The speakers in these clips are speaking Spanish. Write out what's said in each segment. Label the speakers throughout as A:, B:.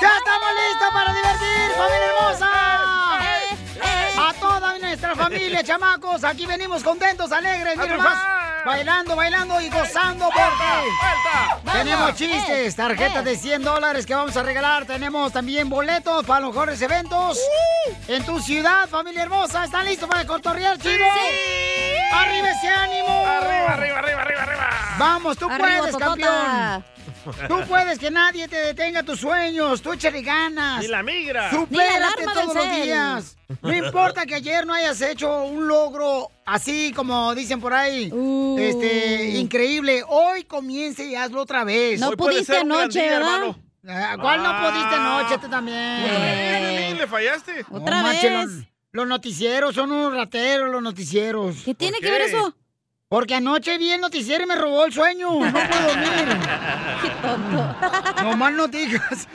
A: ¡Ya estamos listos para divertir, familia hermosa! A toda nuestra familia, chamacos, aquí venimos contentos, alegres,
B: ¡A
A: mira
B: triunfar!
A: más, bailando, bailando y gozando
B: Eh, ¡Vuelta, eh,
A: porque
B: vuelta!
A: tenemos chistes, tarjetas de 100 dólares que vamos a regalar, tenemos también boletos para los mejores eventos en tu ciudad, familia hermosa, ¿están listos para cotorrear, chicos? ¡Arriba ese ánimo!
B: Arriba, arriba, arriba, arriba, arriba.
A: Vamos, tú
C: Arriba,
A: puedes,
C: totota.
A: campeón. Tú puedes, que nadie te detenga tus sueños. Tú échale ganas.
B: Ni la migra.
C: Ni la
A: Supérate
C: alarma del
A: todos los
C: cel.
A: días. No importa que ayer no hayas hecho un logro así como dicen por ahí,
C: Uh.
A: este, increíble. Hoy comience y hazlo otra vez.
C: No
B: Hoy puede
C: pudiste
B: ser un gran
C: anoche,
B: día,
C: ¿verdad?
B: hermano.
A: Ah, ¿Cuál no pudiste
B: Ah.
A: anoche tú también?
C: Eh,
B: ¿Le fallaste?
A: No
C: Otra
A: manches,
C: vez.
A: Los, los noticieros son unos rateros, los noticieros.
C: ¿Qué tiene
B: ¿Por
C: que ver
B: qué?
C: eso?
A: Porque anoche vi el noticiero y me robó el sueño. No puedo dormir.
C: Qué tonto.
A: No más no digas.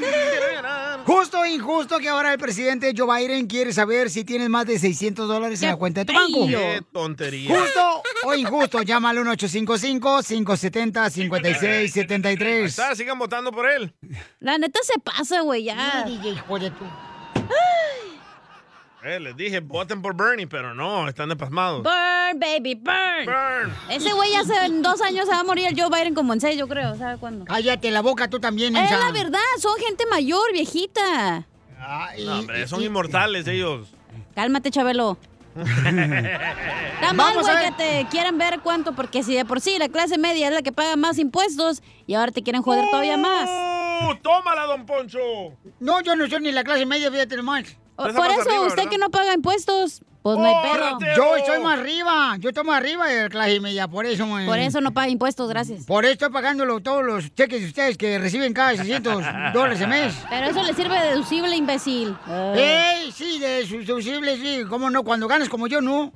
A: Justo o injusto que ahora el presidente Joe Biden quiere saber si tienes más de 600 dólares en la cuenta de tu banco.
B: Qué tontería.
A: Justo o injusto, llama al 1-855-570-5673.
B: Está, sigan votando por él.
C: La neta se pasa, güey,
A: Ah,
C: ya.
A: DJ, hijo de tu-
B: Eh, les dije, voten por Bernie, pero no, están despasmados.
C: Burn, baby, burn.
B: Burn.
C: Ese güey ya se- en dos años se va a morir el Joe Biden como en seis, yo creo. ¿Sabe cuándo?
A: Cállate la boca tú también,
C: Es
A: mensa.
C: la verdad, son gente mayor, viejita.
A: Ah, y-
B: No, hombre, son
A: y-
B: inmortales ellos.
C: Cálmate, Chabelo. Está mal,
A: Vamos a
C: güey, que
A: ver.
C: te quieran ver cuánto, porque si de por sí la clase media es la que paga más impuestos y ahora te quieren joder todavía más.
B: ¡Uh! ¡Tómala, don Poncho!
A: No, yo no soy ni la clase media, fíjate nomás.
C: O-
B: Pero esa
C: por
B: más
C: eso,
B: arriba,
C: usted
B: ¿verdad?
C: que no paga impuestos, pues no hay
B: Órale.
C: pedo.
A: Oh, Yo
B: Pero-
A: estoy más arriba, yo estoy más arriba de la clase media, por eso, eh,
C: Por eso no paga impuestos, gracias.
A: Por eso estoy pagándolo todos los cheques de ustedes que reciben cada 600 dólares al mes.
C: Pero eso le sirve de deducible, imbécil.
A: ¡Ey! Sí, de sus deducibles, sí. ¿Cómo no? Cuando ganas como yo, no.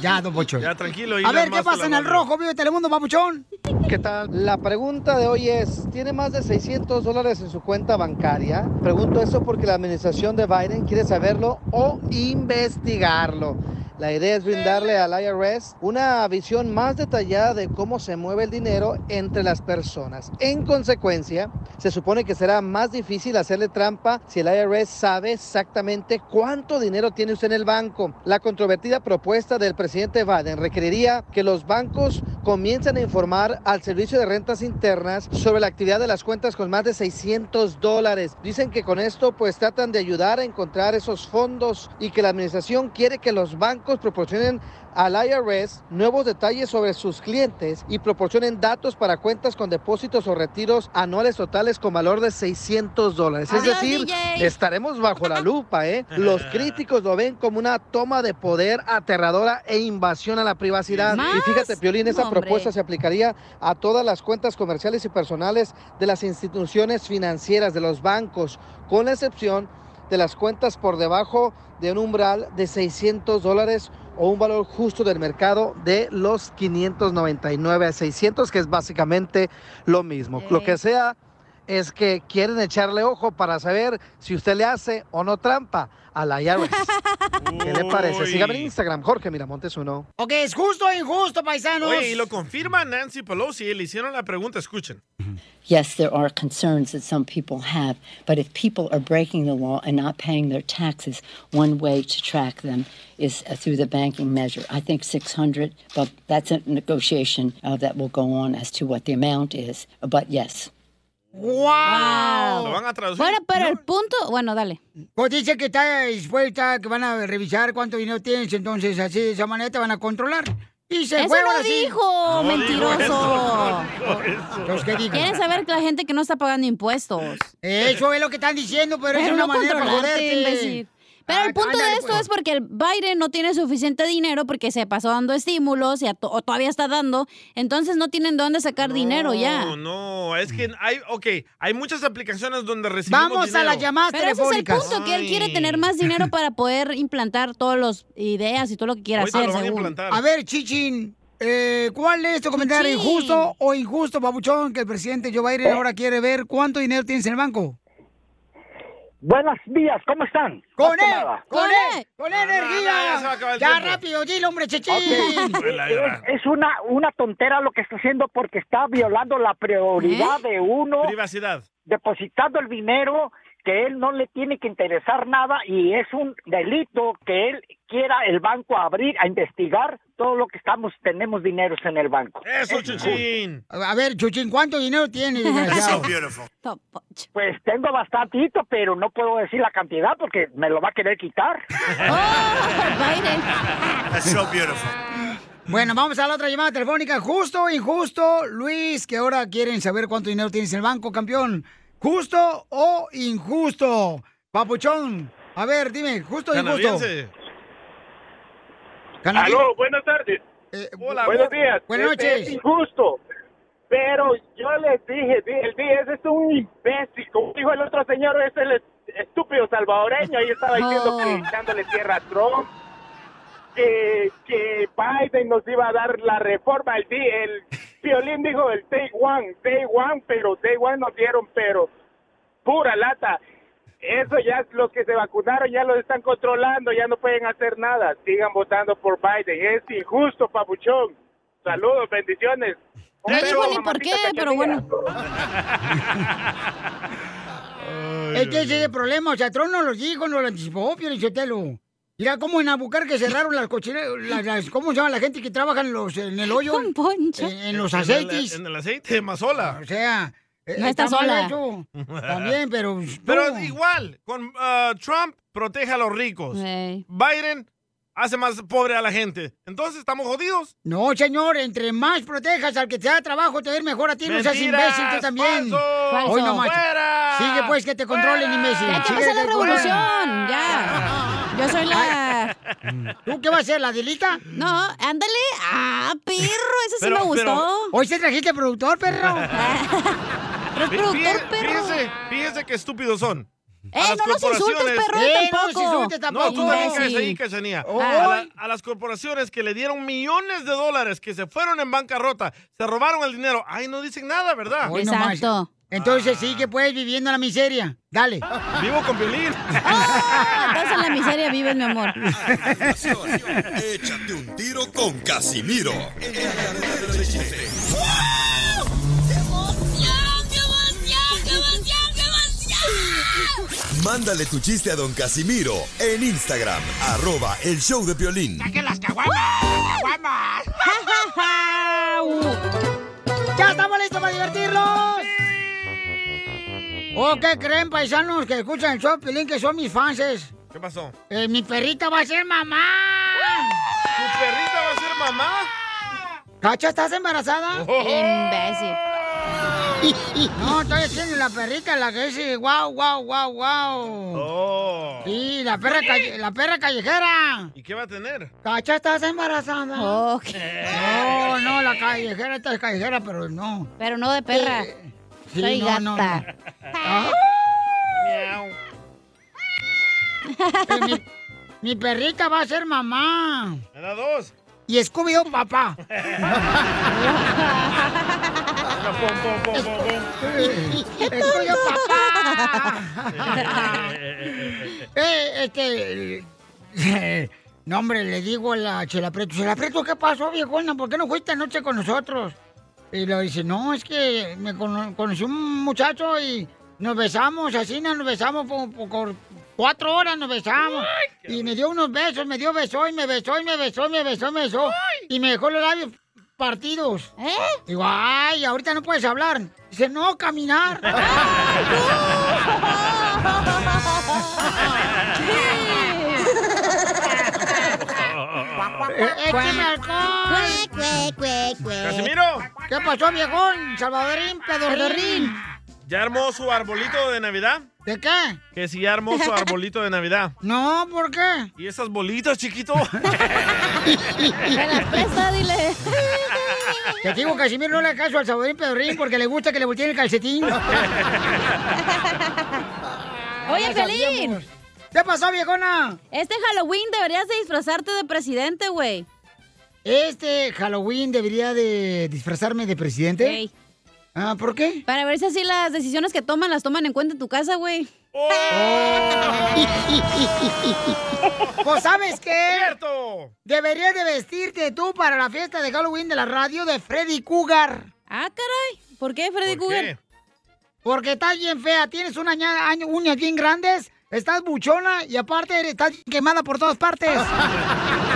A: Ya, don Pocho.
B: Ya, tranquilo.
A: A
B: Elon
A: ver, ¿qué
B: Musk
A: pasa
B: la
A: en el
B: guardia.
A: rojo, vivo de Telemundo, papuchón?
D: ¿Qué tal? La pregunta de hoy es, ¿tiene más de 600 dólares en su cuenta bancaria? Pregunto eso porque la administración de Biden quiere saberlo o investigarlo. La idea es brindarle al IRS una visión más detallada de cómo se mueve el dinero entre las personas. En consecuencia, se supone que será más difícil hacerle trampa si el IRS sabe exactamente cuánto dinero tiene usted en el banco. La controvertida propuesta del presidente Biden requeriría que los bancos comiencen a informar al Servicio de Rentas Internas sobre la actividad de las cuentas con más de 600 dólares. Dicen que con esto pues tratan de ayudar a encontrar esos fondos y que la administración quiere que los bancos proporcionen al IRS nuevos detalles sobre sus clientes y proporcionen datos para cuentas con depósitos o retiros anuales totales con valor de 600 dólares. Es
C: Adiós,
D: decir,
C: DJ.
D: estaremos bajo la lupa, ¿eh? Los críticos lo ven como una toma de poder aterradora e invasión a la privacidad. Y
C: ¿Más?
D: fíjate, Piolín, esta
C: Hombre.
D: propuesta se aplicaría a todas las cuentas comerciales y personales de las instituciones financieras, de los bancos, con la excepción de las cuentas por debajo de un umbral de 600 dólares o un valor justo del mercado de los 599 a 600, que es básicamente lo mismo. Lo que sea es que quieren echarle ojo para saber si usted le hace o no trampa a la IRS. ¿Qué le parece?
B: Uy.
D: Sígame en Instagram, Jorge Miramontes uno.
A: Ok, es justo o injusto, paisanos.
B: Oye, y lo confirma Nancy Pelosi. Le hicieron la pregunta, escuchen.
E: yes, there are concerns that some people have, but if people are breaking the law and not paying their taxes, one way to track them is uh, through the banking measure. I think 600, but that's a negotiation uh, that will go on as to what the amount is. But yes.
A: ¡Wow!
B: Lo van a traducir.
C: Bueno, pero el punto, bueno, dale.
A: Pues dice que está dispuesta, que van a revisar cuánto dinero tienes, entonces así de esa manera te van a controlar. Y se
C: Eso
A: fue
C: no
A: ahora sí.
C: dijo,
B: No digo
C: mentiroso.
B: eso, no digo
A: Entonces,
B: eso.
A: ¿qué dijo?
C: Quieren saber que la gente que no está pagando impuestos.
A: Eso es lo que están diciendo, pero, es
C: Pero
A: una
C: no
A: manera para
C: controlarte,
A: joderte.
C: imbécil. Pero
A: Ah,
C: el punto
A: ándale,
C: de esto
A: pues.
C: es porque el Biden no tiene suficiente dinero porque se pasó dando estímulos y a to- o todavía está dando, entonces no tienen de dónde sacar dinero
B: No,
C: ya.
B: no, es que hay, ok, hay muchas aplicaciones donde recibimos
A: Vamos a las
B: dinero.
A: llamadas
C: Pero ese es el
A: telefónicas.
C: punto, que él quiere
B: Ay.
C: tener más dinero para poder implantar todas las ideas y todo lo que quiera
B: Ahorita
C: hacer,
B: lo van a
C: según.
B: implantar.
A: A ver, Chichin, eh, ¿cuál es tu comentario
C: Chichín.
A: injusto o injusto, babuchón, que el presidente Joe
B: Eh.
A: Biden ahora quiere ver cuánto dinero tienes en el banco?
F: Buenos días, ¿cómo están?
A: ¡Con
F: Más que
A: él!
F: nada.
A: ¡Con
C: Con
A: él!
C: él.
A: ¡Con
B: No, no, no, Ah, ya se va a
A: energía!
B: acabar el
A: ¡Ya
B: tiempo.
A: rápido, dile, hombre, Chichín!
B: Fue la gran-
F: Es, es una, una tontera lo que está haciendo porque está violando la prioridad
A: ¿Eh?
F: de uno,
B: Privacidad.
F: depositando el dinero que él no le tiene que interesar nada y es un delito que él quiera el banco a abrir, a investigar todo lo que estamos, tenemos dineros en el banco.
B: Eso,
F: Es injusto.
B: chuchín.
A: A ver, Chuchín, ¿cuánto dinero tienes, desgraciado?
C: Topocho.
F: Pues tengo bastantito, pero no puedo decir la cantidad porque me lo va a querer quitar.
C: ¡Oh, Biden!
A: Bueno, vamos a la otra llamada telefónica. Justo, injusto, Luis, que ahora quieren saber cuánto dinero tienes en el banco, campeón. ¿Justo o injusto? Papuchón, a ver, dime, ¿justo o injusto?
B: Canadiense.
A: Canadi-
G: Aló, buenas tardes.
A: eh,
B: Hola,
G: Buenos días.
A: Buenas
G: Este
A: noches.
G: Es injusto. Pero yo les dije, di- el día ese es un imbécil. Como dijo el otro señor, es el es- estúpido salvadoreño. Ahí estaba diciendo
C: Oh.
G: que echándole tierra a Trump. Que, que Biden nos iba a dar la reforma. El, di- el violín dijo el day one, day one, pero day one nos dieron, pero pura lata. Eso ya es los que se vacunaron, ya los están controlando, ya no pueden hacer nada. Sigan votando por Biden. Es injusto, papuchón. Saludos, bendiciones. Un
C: No
G: beso,
C: dijo ni por qué,
G: mamacita cachanilla.
C: pero bueno.
A: Es que ese es el problema, o sea, Trump no lo dijo, no lo anticipó, Pielichotelo. Mira cómo en Albuquerque cerraron las cochinas, las, las- ¿cómo se llama la gente que trabaja en, los, en el hoyo?
C: Con poncho.
A: En, en los
B: En el-
A: aceites.
B: En el, aceite de mazola.
A: O sea, eh,
C: No está
A: mal
C: sola.
A: hecho. También, pero...
C: pues,
B: Pero
A: no.
B: igual, con ah, Trump protege a los ricos.
C: Ey.
B: Biden hace más pobre a la gente. Entonces estamos jodidos.
A: No, señor, entre más protejas al que te da trabajo, te va a ir mejor a ti, no seas
B: Mentiras,
A: imbécil tú también.
B: falso.
A: Hoy no
C: Falso.
A: macho.
B: ¡Fuera!
A: Sigue pues que te controlen,
B: ¡Fuera!
A: imbécil.
C: Ya hay que
A: Sigue
C: pasar la
A: que te controlen.
C: revolución, ya. Yo soy la...
A: Ah, ¿Tú qué vas a hacer, la delita?
C: No, ándale. Ah, perro, eso sí
B: Pero-
C: me gustó.
B: pero-
A: Hoy se trajiste productor, perro.
C: Pero es
B: Fí-
C: productor,
B: fíjese-
C: perro.
B: Fíjese, fíjese qué estúpidos son. A
C: ¡Eh,
B: las
C: no los insultes,
B: corporaciones-
C: perro!
A: Eh,
C: yo
A: no los
C: tampoco.
A: insultes
B: No, tú
A: tampoco. Oh.
B: también
C: Imbécil.
B: cállate ahí, cachanía.
A: Hoy.
B: A, la- a las corporaciones que le dieron millones de dólares, que se fueron en bancarrota, se robaron el dinero. Ay, no dicen nada, ¿verdad?
A: Hoy nomás.
C: Exacto.
A: Entonces sigue pues viviendo en la miseria. Dale.
B: Vivo con violín.
C: ¡Ah! Estás en la miseria, vives, mi amor.
H: Échate un tiro con Casimiro. Mándale tu chiste a don Casimiro en Instagram, arroba el show de violín.
A: ¡Ya estamos listos para divertirlos! ¿O qué creen, paisanos que escuchan el show, de Piolín, que son mis fans?
B: ¿Qué pasó? ¡Ah! ¿Tu
A: Eh, mi perrita va a ser mamá.
B: perrita va a ser mamá?
A: ¿Cacha, estás embarazada?
C: Imbécil.
A: No, estoy haciendo la perrita, la que dice guau, guau, guau, guau.
B: Oh.
A: Sí, la perra, calle- la perra callejera.
B: ¿Y qué va a tener?
A: ¿Cacha, estás embarazada?
C: Ok.
A: No, no, la callejera, esta es callejera, pero no. Eh,
C: Pero no de perra.
A: Sí,
C: Soy
A: no,
C: gata.
A: no, no. Ah. Eh, mi, mi perrita va a ser mamá.
B: Me da dos.
A: Y scooby papá. scooby papá. eh, este... eh, No, hombre, le digo a la Chela Prieto. Chela Prieto, ¿qué pasó, viejona? ¿Por qué no fuiste anoche con nosotros? Y le dice, no, es que me cono- conocí un muchacho y nos besamos, así nos besamos por, por- por cuatro horas, nos besamos. Y me dio unos besos, me dio beso y me besó y me besó y me besó y me besó. Y me dejó los labios partidos. ¿Eh? Digo, ay, ahorita no puedes hablar. Dice, no, caminar.
B: Eh,
A: Eh, ¡Écheme alcohol!
B: ¡Casimiro!
A: ¿Qué pasó, viejón? Salvadorín, pedorrín.
B: ¿Ya armó su arbolito de Navidad?
A: ¿De qué?
B: Que si ya armó su arbolito de Navidad.
A: No, ¿por qué?
B: ¿Y esas bolitas, chiquito?
C: Me las presta, dile.
A: Te digo, Casimiro, no le hagas caso al Salvadorín Pedorrín porque le gusta que le volteen el calcetín.
C: Oye,
A: ya
C: Pelín.
A: ¿Qué pasó, viejona?
C: Este Halloween deberías de disfrazarte de presidente, güey.
A: ¿Este Halloween debería de disfrazarme de presidente?
C: Ey.
A: Ah, ¿por qué?
C: Para ver si así las decisiones que toman las toman en cuenta en tu casa, güey.
A: Pues, ¿sabes qué? ¡Cierto! Deberías de vestirte tú para la fiesta de Halloween de la radio de Freddy Cougar.
C: Ah, caray. ¿Por qué Freddy
A: ¿Por
C: Cougar?
A: qué? Porque estás bien fea, tienes una ña- año- uñas bien grandes, estás buchona y aparte eres- estás quemada por todas partes. Ah,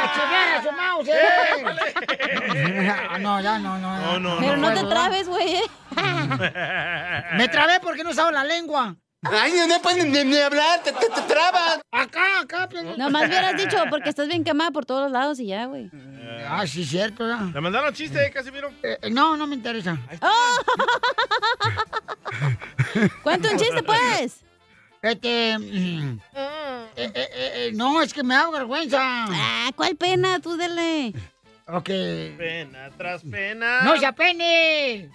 A: ¡A chingar a su mouse, eh! Ah, no, ya no, no. ya.
C: Pero no, te
A: puedo,
C: trabes, güey. eh.
A: ¿verdad? Me trabé porque no usaba la lengua. Ay, no puedes ni, hablar, te, trabas. Acá, acá, pero...
C: Nomás hubieras dicho porque estás bien quemada por todos lados y ya, güey.
A: Ah, sí, cierto, ¿verdad?
B: ¿Le mandaron chiste, eh, Casimiro?
A: no, no me interesa.
C: Cuenta un chiste, pues.
A: Este. mm, eh, eh, eh, no, es que me da vergüenza.
C: Ah, ¿cuál pena? Tú dele.
A: Ok.
B: Pena tras pena.
A: ¡No se apene!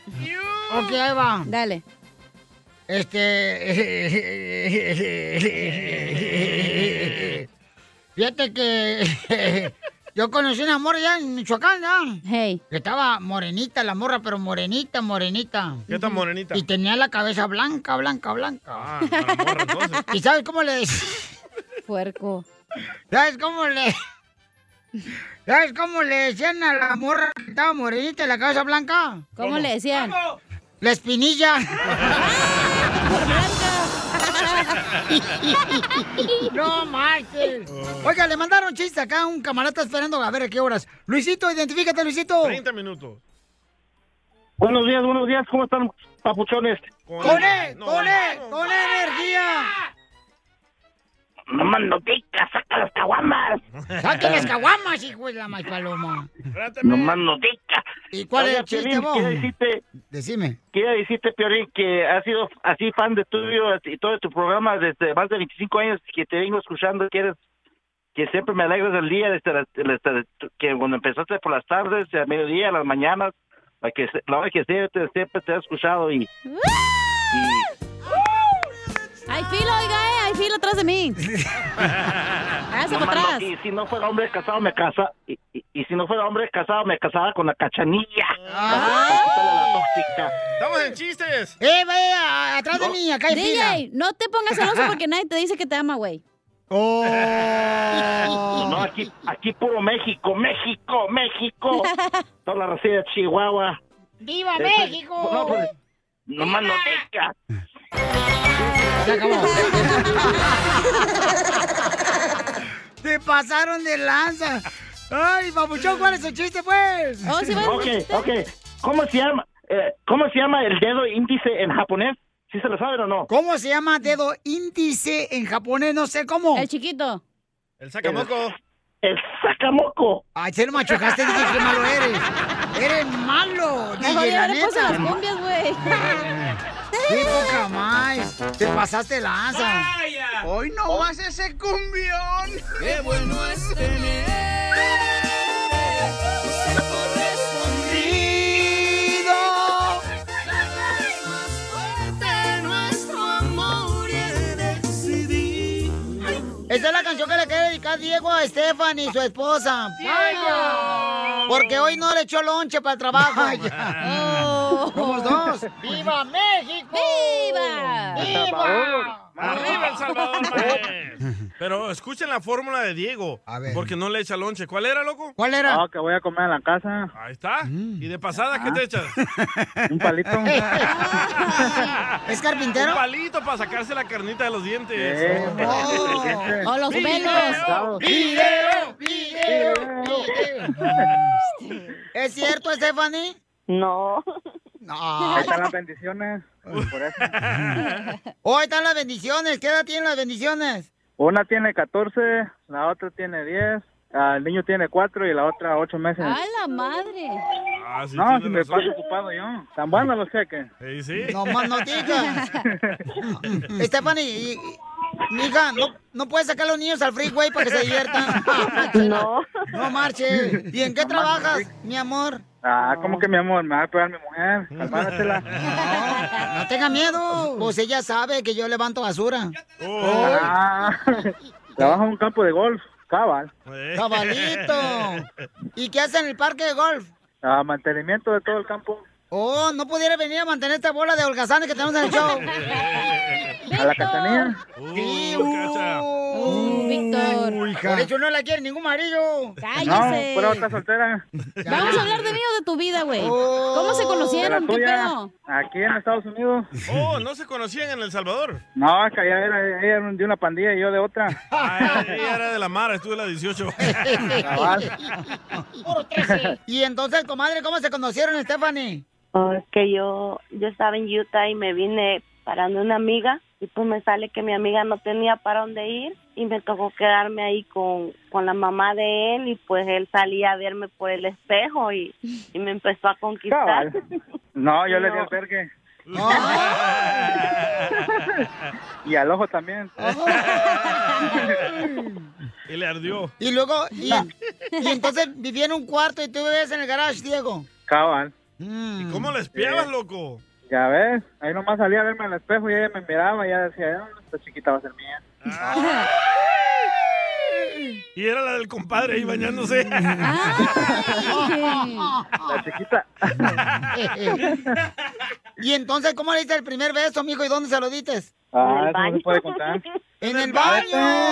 A: Ok, ahí va.
C: Dale.
A: Este. Fíjate que. Yo conocí una morra ya en Michoacán, ¿no?
C: Hey.
A: Que estaba morenita la morra, pero morenita, morenita.
B: ¿Qué tan morenita?
A: Y tenía la cabeza blanca, blanca, blanca.
B: Ah, la morra, entonces.
A: ¿Y sabes cómo le decía?
C: Puerco.
A: ¿Sabes cómo le.? ¿Sabes cómo le decían a la morra que estaba morenita en la cabeza blanca?
C: ¿Cómo, le decían? ¡Ah!
A: La espinilla. No marches. Oiga, le mandaron chiste acá a un camarada está esperando a ver a qué horas. Luisito, identifícate, Luisito.
B: 30 minutos.
F: Buenos días, buenos días. ¿Cómo están, papuchones?
A: Con él, con él, con él, energía.
F: Mamá, no tica, saca las caguamas.
A: Saque las caguamas, hijo de la más paloma.
F: Nomás no tica.
A: ¿Y cuál
F: Oye,
A: es el chiste,
F: Piolín,
A: vos?
F: Quiero decirte,
A: Decime.
F: quiero decirte, Piolín, que has sido así fan de tuyo y todo tu programa desde más de 25 años que te vengo escuchando, que eres que siempre me alegras del día, desde la- desde que cuando empezaste por las tardes, a mediodía, a las mañanas, la, que, se- la hora que sea, te- siempre te he escuchado y, y
C: Hay filo, oiga, eh. Hay filo atrás de mí. Hazlo
F: Nomás
C: para
F: no,
C: Ah, atrás.
F: y si no fuera hombre casado, me casa. Y, y- y si no fuera hombre casado, me casaba con la cachanilla.
B: ¡Estamos en chistes!
A: ¡Eh, vaya! ¡Atrás de mí! ¡Acá hay
C: DJ,
A: fila.
C: no te pongas celoso porque nadie te dice que te ama, güey.
A: Oh.
F: No, aquí, aquí puro México, México, México. Toda la raza de Chihuahua.
A: ¡Viva
F: Eso-
A: México!
F: No, pues, nomás no diga.
A: Se acabó. Te pasaron de lanza. Ay, papuchón, ¿cuál es su chiste, pues?
C: Oh,
F: Ok, ok. ¿Cómo se llama? eh, ¿Cómo se llama el dedo índice en japonés? ¿Sí se lo saben o no?
A: ¿Cómo se llama dedo índice en japonés? No sé cómo. El
C: chiquito.
B: El sacamoco.
F: El sacamoco.
A: Ay, se lo machucaste, dije, qué malo eres. Eres malo,
C: Mejor
A: DJ,
C: ya
A: la
C: le puse las
A: neta.
C: cumbias, güey.
A: Qué poca más. Te pasaste de lanza. Hoy no más ese cumbión.
I: Qué bueno es tener ser correspondido. De nuestro amor he decidido.
A: Esta es la canción que le quiere dedicar Diego a Estefan y su esposa.
I: ¡Vaya!
A: Porque hoy no le echó lonche para el trabajo. Somos dos. ¡Viva México!
C: ¡Viva!
A: ¡Viva!
B: ¡Arriba El Salvador! maje! Pero escuchen la fórmula de Diego. Porque no le echa lonche. ¿Cuál era, loco?
A: ¿Cuál Mm.
J: No, Ah, que voy a comer a la casa.
B: Ahí está. ¿Y de pasada
A: Ah.
B: qué te echas?
J: Un palito.
A: ¿Es carpintero?
B: Un palito para sacarse la carnita de los dientes.
J: Eh. Oh.
I: O los
B: ¡Video!
I: pelos.
B: ¡Video!
A: video, video. ¿Es cierto, Stephanie?
J: No.
A: No.
J: Ahí están las bendiciones. Por eso.
A: Hoy están las bendiciones. ¿Qué edad tienen las bendiciones?
J: Una tiene 14, la otra tiene 10, ah, el niño tiene 4 y la otra 8 meses.
C: ¡A Ah, la madre!
B: Ah,
J: no, si me paso ocupado yo. Tan buenos los cheques.
B: sí.
A: No más no digas. Stephanie, y- y- mija, ¿no, ¿no puedes sacar a los niños al freeway para que se diviertan?
J: No.
A: No marches. ¿Y en qué trabajas, mi amor?
J: Ah, ¿cómo que mi amor? Me va a pegar mi mujer. Calmáratela.
A: No tenga miedo. Pues ella sabe que yo levanto basura.
J: Ah, trabaja en un campo de golf, cabal.
B: Eh.
A: Cabalito. ¿Y qué hace en el parque de golf?
J: Ah, mantenimiento de todo el campo.
A: Oh, no pudiera venir a mantener esta bola de holgazanes que tenemos en el show.
J: A la catanilla.
A: Sí, uh,
C: Víctor.
A: Por eso no la quiere ningún marido.
C: Cállese. No, pero está
J: soltera.
C: Vamos a hablar de mí o de tu vida, güey.
A: Oh,
C: ¿Cómo se conocieron? ¿Qué pedo?
J: Aquí en Estados Unidos.
B: Oh, no se conocían en El Salvador.
J: No, es que allá era, ella era de una pandilla y yo de otra.
B: Ah, ella era de la Mara, estuve la 18.
A: Y entonces, comadre, ¿cómo se conocieron, Stephanie?
K: Oh, es que yo, yo estaba en Utah y me vine parando una amiga y pues me sale que mi amiga no tenía para dónde ir y me tocó quedarme ahí con, con la mamá de él y pues él salía a verme por el espejo y, y me empezó a conquistar.
J: No, yo le di
K: No.
J: al albergue. y al ojo también.
B: y le ardió.
A: Y luego, y, y entonces vivía en un cuarto y tú vivías en el garage, Diego.
J: Cabal.
A: ¿Y
B: cómo la espiabas, loco?
J: Ya ves, ahí nomás salía a verme al espejo y ella me miraba y ella decía, "Ah, esta chiquita va a ser mía.
B: Ah. Y era la del compadre ahí bañándose.
J: Ah. La chiquita.
A: y entonces, ¿cómo le diste el primer beso, mijo? ¿Y dónde se lo diste?
J: Ah, eso no se puede contar. Ah, este.
A: ¡En el baño!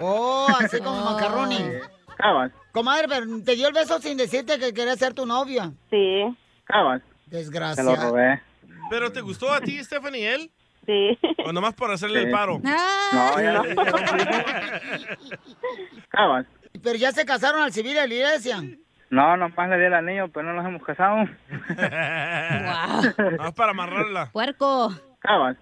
A: Oh, así como macarrones.
J: Cabal,
A: Comadre, pero te dio el beso sin decirte que querías ser tu novia.
K: Sí.
J: cabal.
A: Desgracia.
J: Se lo robé.
B: ¿Pero te gustó a ti, Stephanie, él?
K: Sí.
B: ¿O nomás por hacerle
J: Sí.
B: el paro?
J: No, ya le dije, cabal.
A: Pero ya se casaron al civil de la iglesia.
J: No, nomás le di el anillo, pero no nos hemos casado.
B: Nomás para amarrarla.
C: Puerco.
J: Cabal.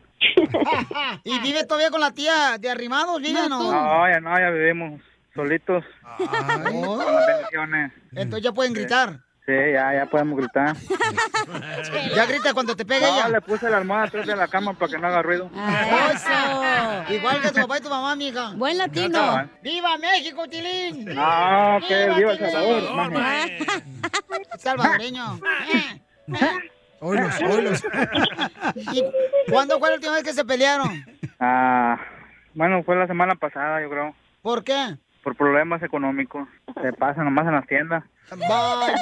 A: Ah, ¿Y vive todavía con la tía de arrimados? ¿Vive o no? Ah.
J: No, ya no, ya vivimos solitos. Con las bendiciones.
A: Oh. Entonces ya pueden gritar.
J: Sí, ya, ya podemos gritar.
A: Ya grita cuando te pegue
J: No,
A: ella. Ah.
J: le puse la almohada atrás de la cama para que no haga ruido.
A: Eso. Igual que tu papá y tu mamá, mija.
C: Buen
J: Ya
A: latino. ¡Viva México, Tilín!
J: No, que viva El
A: Tilín!
J: Salvador, mami.
A: Salvadoreño. Oilos, oilos. ¿Y cuándo fue la última vez que se pelearon?
J: Ah, bueno, fue la semana pasada, yo creo.
A: ¿Por qué?
J: Por problemas económicos. Se pasa nomás en las tiendas.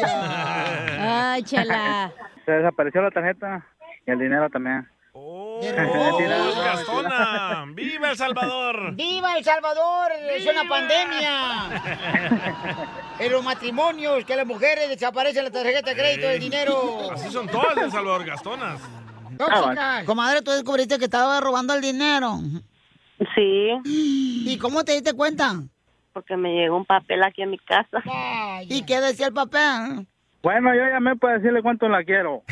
A: Vaya.
C: Ay, chela.
J: Se desapareció la tarjeta y el dinero también.
B: ¡Oh, Gastona! ¡Viva El Salvador!
A: ¡Viva El Salvador! ¡Es una pandemia! En los matrimonios, que las mujeres desaparecen la tarjeta de crédito, el dinero.
B: Así son todas en El Salvador, Gastonas. Ah,
A: Tóxicas. Comadre, tú descubriste que estaba robando el dinero.
K: Sí.
A: ¿Y cómo te diste cuenta?
K: Porque me llegó un papel aquí a mi casa.
A: ¿Y qué decía el papel?
J: Bueno, yo llamé para decirle cuánto la quiero.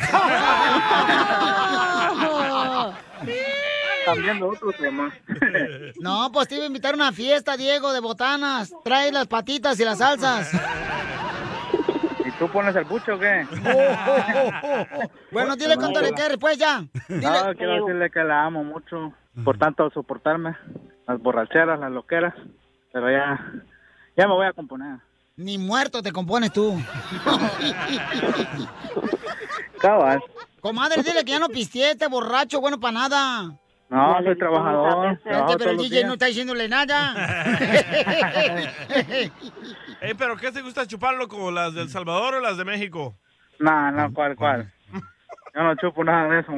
J: Cambiando otro tema.
A: No, pues te iba a invitar a una fiesta, Diego, de botanas. Trae las patitas y las salsas.
J: ¿Y tú pones el bucho o qué?
A: Bueno, dile cuánto le quieres, pues ya.
J: No, quiero decirle que la amo mucho. Por tanto, soportarme. Las borracheras, las loqueras. Pero ya, ya me voy a componer.
A: Ni muerto te compones tú.
J: Cabal.
A: Comadre, dile que ya no pistiete, borracho, bueno para nada.
J: No, soy trabajador.
A: Espérate, pero
J: trabajo todos
A: el
J: los
A: DJ
J: días.
A: no está diciéndole nada.
B: Ey, Eh, ¿Pero qué te gusta chupar, loco? ¿Las del Salvador o las de México?
J: No, no, ¿cuál, cuál? Yo no chupo nada de eso.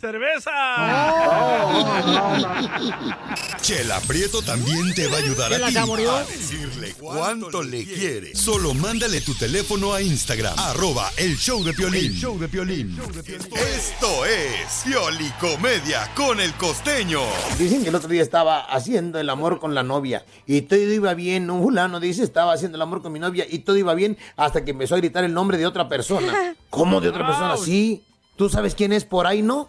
B: ¡Cerveza!
A: Oh.
H: Chela Prieto también te va a ayudar
I: ¿Chela
H: a ti
I: se murió?
H: a decirle cuánto le quiere. Solo mándale tu teléfono a Instagram, arroba el show de Piolín.
I: El
H: show de Piolín. Esto es Piolicomedia con el costeño.
L: Dicen que el otro día estaba haciendo el amor con la novia y todo iba bien. Un fulano dice, estaba haciendo el amor con mi novia y todo iba bien hasta que empezó a gritar el nombre de otra persona. ¿Cómo de otra persona? Sí. ¿Tú sabes quién es por ahí, no?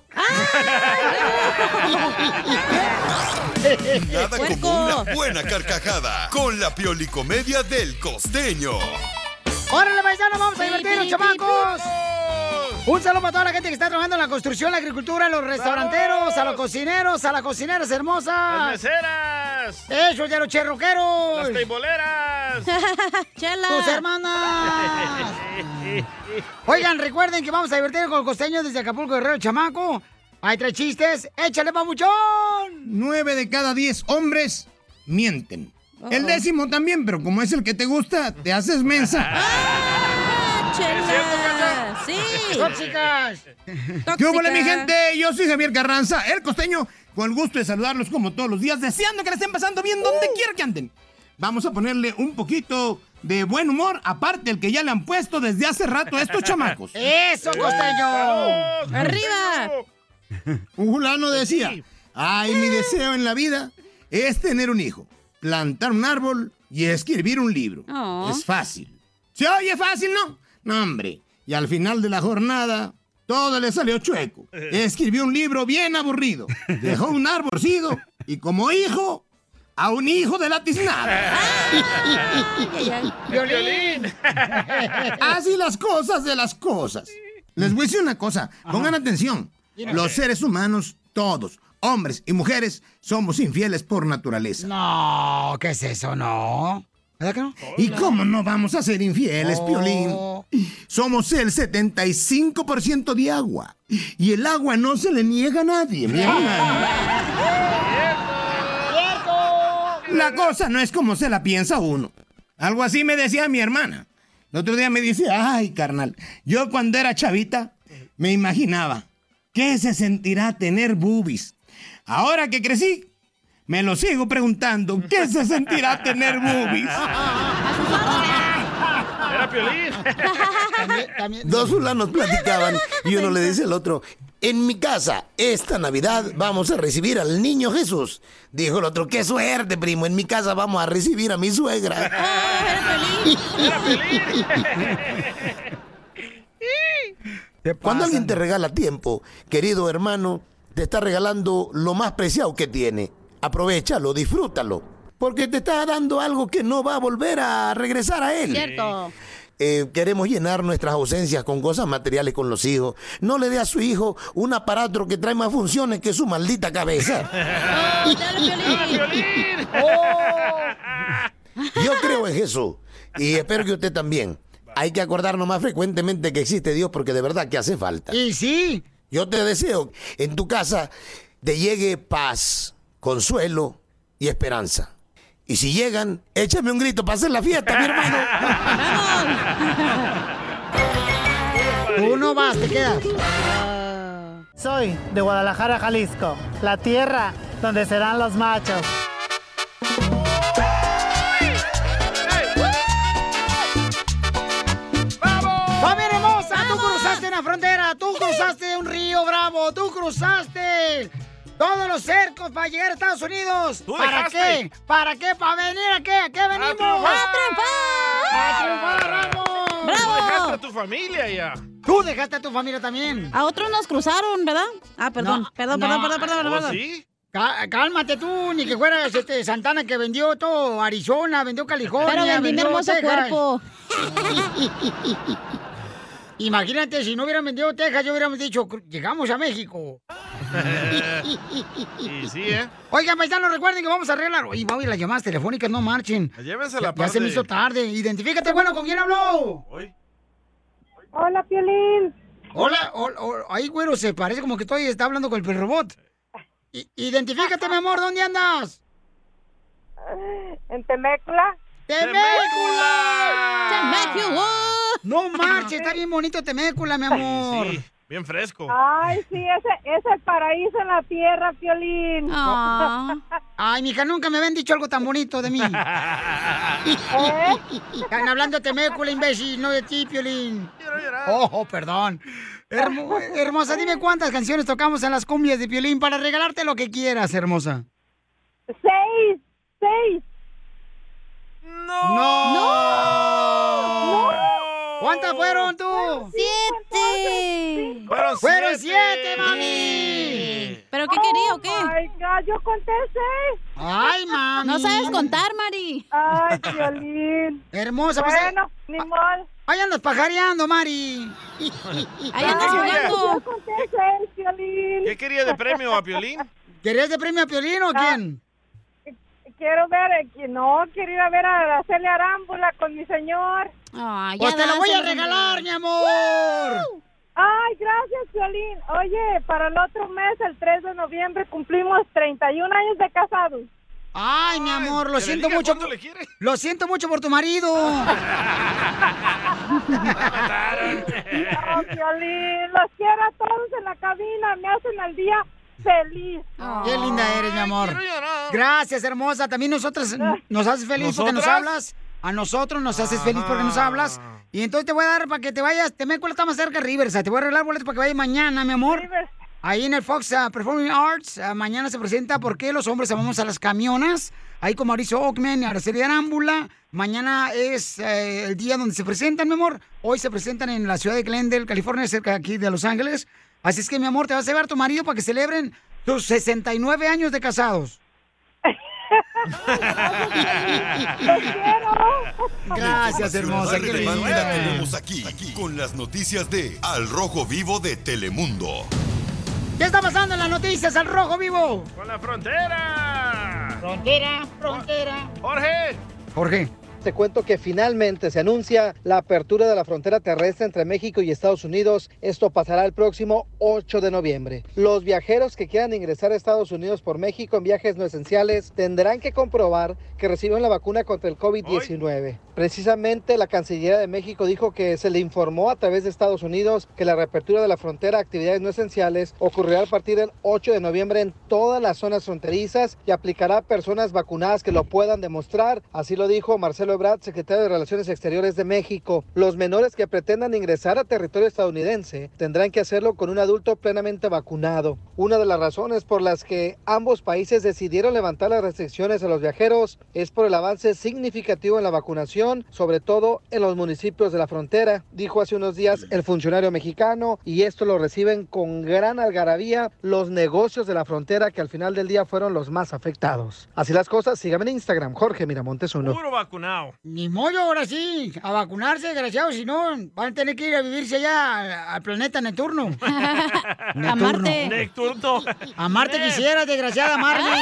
H: Nada como una buena carcajada con la Piolicomedia del costeño.
A: ¡Órale, paisano! ¡Vamos a divertirnos, chamacos! Un saludo para toda la gente que está trabajando en la construcción, la agricultura, los restauranteros, a los cocineros, a las cocineras hermosas.
B: ¡Las meseras!
A: ¡Eso, ya los cherroqueros!
B: ¡Las teiboleras!
A: ¡Chela! ¡Tus hermanas! Oigan, recuerden que vamos a divertir con el costeño desde Acapulco Guerrero, chamaco. Hay tres chistes. ¡Échale, papuchón!
M: Nueve de cada diez hombres mienten. El décimo también, pero como es el que te gusta, te haces mensa.
I: ¿Es cierto, Cacha?
C: ¡Sí!
A: ¡Tóxicas!
M: ¿Qué hubo, mi gente? Yo soy Javier Carranza, el costeño, con el gusto de saludarlos como todos los días, deseando que la estén pasando bien donde quiera que anden. Vamos a ponerle un poquito de buen humor, aparte el que ya le han puesto desde hace rato a estos chamacos.
A: ¡Eso, costeño!
C: ¡Arriba!
M: Un fulano decía, ay, mi deseo en la vida es tener un hijo, plantar un árbol y escribir un libro.
C: Oh.
M: Es fácil. ¿Se oye fácil, no? No, hombre. Y al final de la jornada, todo le salió chueco. Escribió un libro bien aburrido, dejó un arborcido y como hijo, a un hijo de la tiznada.
I: Violín.
M: Así las cosas de las cosas. Les voy a decir una cosa, pongan atención.
I: Dígame.
M: Los seres humanos, todos, hombres y mujeres, somos infieles por naturaleza.
A: No, ¿qué es eso? No. ¿Verdad que no? Oh.
M: ¿Y cómo no vamos a ser infieles, Piolín? Somos el 75% de agua. Y el agua no se le niega a nadie, mi hermano. La cosa no es como se la piensa uno. Algo así me decía mi hermana. El otro día me dice, ay, carnal, yo cuando era chavita me imaginaba, ¿qué se sentirá tener boobies? Ahora que crecí, me lo sigo preguntando, ¿qué se sentirá tener boobies?
B: ¡Era Piolín!
L: Dos fulanos platicaban y uno le dice al otro, en mi casa, esta Navidad vamos a recibir al niño Jesús. Dijo el otro, qué suerte, primo, en mi casa vamos a recibir a mi suegra. Cuando alguien te regala tiempo, querido hermano, te está regalando lo más preciado que tiene. Aprovechalo, disfrútalo, porque te está dando algo que no va a volver a regresar a él.
C: Cierto.
L: Eh, queremos llenar nuestras ausencias con cosas materiales con los hijos. No le dé a su hijo un aparato que trae más funciones que su maldita cabeza. Yo creo en Jesús y espero que usted también. Hay que acordarnos más frecuentemente que existe Dios porque de verdad que hace falta.
A: Y sí.
L: Yo te deseo en tu casa te llegue paz, consuelo y esperanza. Y si llegan, échame un grito para hacer la fiesta, mi hermano.
A: Tú no vas, te quedas.
N: Soy de Guadalajara, Jalisco, la tierra donde serán los machos.
A: ¡Familia hermosa! Tú cruzaste una frontera, tú cruzaste un río bravo, tú cruzaste todos los cercos para llegar a Estados Unidos.
I: Tú
A: ¿Para
I: dejaste.
A: qué? ¿Para qué? ¿Para venir a qué? ¿A qué venimos?
I: triunfar!
A: ¡A triunfar, Ramos!
B: ¡Bravo! Tú dejaste a tu familia ya.
A: Tú dejaste a tu familia también.
C: A otros nos cruzaron, ¿verdad? Ah, perdón,
A: No,
C: perdón,
A: no.
C: perdón, perdón, perdón, perdón.
A: Cá- Cálmate tú, ni que fueras este Santana que vendió todo Arizona, vendió California.
C: Pero vendí mi
A: vendió
C: hermoso
A: Texas.
C: cuerpo.
A: Imagínate, si no hubieran vendido Texas, yo hubiéramos dicho, "Cru- llegamos a México.
B: y sí, ¿eh?
A: Oigan, paisanos, recuerden que vamos a arreglar. Oye, Bobby, las llamadas telefónicas no marchen.
B: Llévense
A: Ya-
B: la
A: Ya
B: parte.
A: se me hizo tarde. Identifícate, bueno, ¿con quién habló?
O: Hola, Piolín.
A: Hola, hol- hol- ay, güero, se parece como que estoy está hablando con el robot. I- identifícate, mi amor, ¿dónde andas?
O: En Temecula.
A: ¡Temécula! ¡Temécula! No marches, está bien bonito Temécula, mi amor.
B: Bien fresco.
C: Ah.
O: Ay, sí, ese es el paraíso en la tierra, Piolín.
C: Ah.
A: Ay, mija, nunca me habían dicho algo tan bonito de mí. Están hablando de Mécula, imbécil, no de ti, Piolín. Ojo, perdón. Hermo- hermosa, dime cuántas canciones tocamos en las cumbias de Piolín para regalarte lo que quieras, hermosa.
O: Seis, seis.
B: No.
A: No. ¿Cuántas fueron tú?
C: Siete.
B: Fueron
A: Fueron siete, mami.
C: ¿Pero qué quería o qué? Ay,
O: yo conté seis.
A: Ay, mami.
C: No sabes contar, Mari.
O: Ay, Piolín.
A: Hermosa, pues,
O: Bueno, ni modo.
A: Ahí andas pajareando, Mari.
B: Ahí andas
O: Ay,
B: jugando.
O: yo conté seis, Piolín.
B: ¿Qué quería de premio a Piolín?
A: ¿Querías de premio a Piolín o quién?
O: Quiero ver, eh, que- no, quiero ir a ver a Araceli Arámbula con mi señor.
I: Ah,
C: Ay,
A: Pues te lo voy a regalar, mi amor.
O: Ay, gracias, Piolín. Oye, para el otro mes, el 3 de noviembre, cumplimos 31 años de casados.
A: Ay, mi amor, lo
O: que le
A: siento
O: diga
A: mucho.
O: cuánto
A: por- Lo siento mucho por tu marido.
O: No, Piolín, los quiero a todos en la cabina, me hacen el día feliz.
A: Qué linda eres, mi amor. Gracias, hermosa. También nosotras nos haces feliz porque nos
O: ¿Nosotras?
A: hablas. A nosotros nos haces feliz porque nos hablas. Y entonces te voy a dar para que te vayas. Te me está más cerca Riverside. Te voy a arreglar boletos para que vayas mañana, mi amor. Ahí en el Fox ah, Performing Arts. ah, mañana se presenta ¿Por qué los hombres amamos a las camionas? Ahí con Mauricio Ockman y Araceli Arámbula. Mañana es eh, el día donde se presentan, mi amor. Hoy se presentan en la ciudad de Glendale, California, cerca de aquí de Los Ángeles. Así es que, mi amor, te vas a llevar a tu marido para que celebren tus 69 años de casados. Gracias, hermosa. Qué
H: Relevante
A: lindo.
H: la tenemos aquí, aquí, con las noticias de Al Rojo Vivo de Telemundo.
A: ¿Qué está pasando en las noticias al rojo vivo?
B: Con la frontera. Ah.
A: Frontera, frontera.
B: Jorge.
A: Jorge.
D: Te cuento que finalmente se anuncia la apertura de la frontera terrestre entre México y Estados Unidos. Esto pasará el próximo 8 de noviembre. Los viajeros que quieran ingresar a Estados Unidos por México en viajes no esenciales tendrán que comprobar que reciben la vacuna contra el COVID-19. Precisamente la Cancillería de México dijo que se le informó a través de Estados Unidos que la reapertura de la frontera a actividades no esenciales ocurrirá a partir del 8 de noviembre en todas las zonas fronterizas y aplicará a personas vacunadas que lo puedan demostrar. Así lo dijo Marcelo Ebrard, secretario de Relaciones Exteriores de México. Los menores que pretendan ingresar a territorio estadounidense tendrán que hacerlo con un adulto plenamente vacunado. Una de las razones por las que ambos países decidieron levantar las restricciones a los viajeros es por el avance significativo en la vacunación, sobre todo en los municipios de la frontera, dijo hace unos días el funcionario mexicano, y esto lo reciben con gran algarabía los negocios de la frontera que al final del día fueron los más afectados. Así las cosas, síganme en Instagram, Jorge Miramontes uno.
B: Puro vacunado.
A: Ni mollo ahora sí, a vacunarse, desgraciados, si no, van a tener que ir a vivirse allá al, al planeta Neptuno.
B: A Marte. Necturno.
A: A Marte quisiera, desgraciada Marley.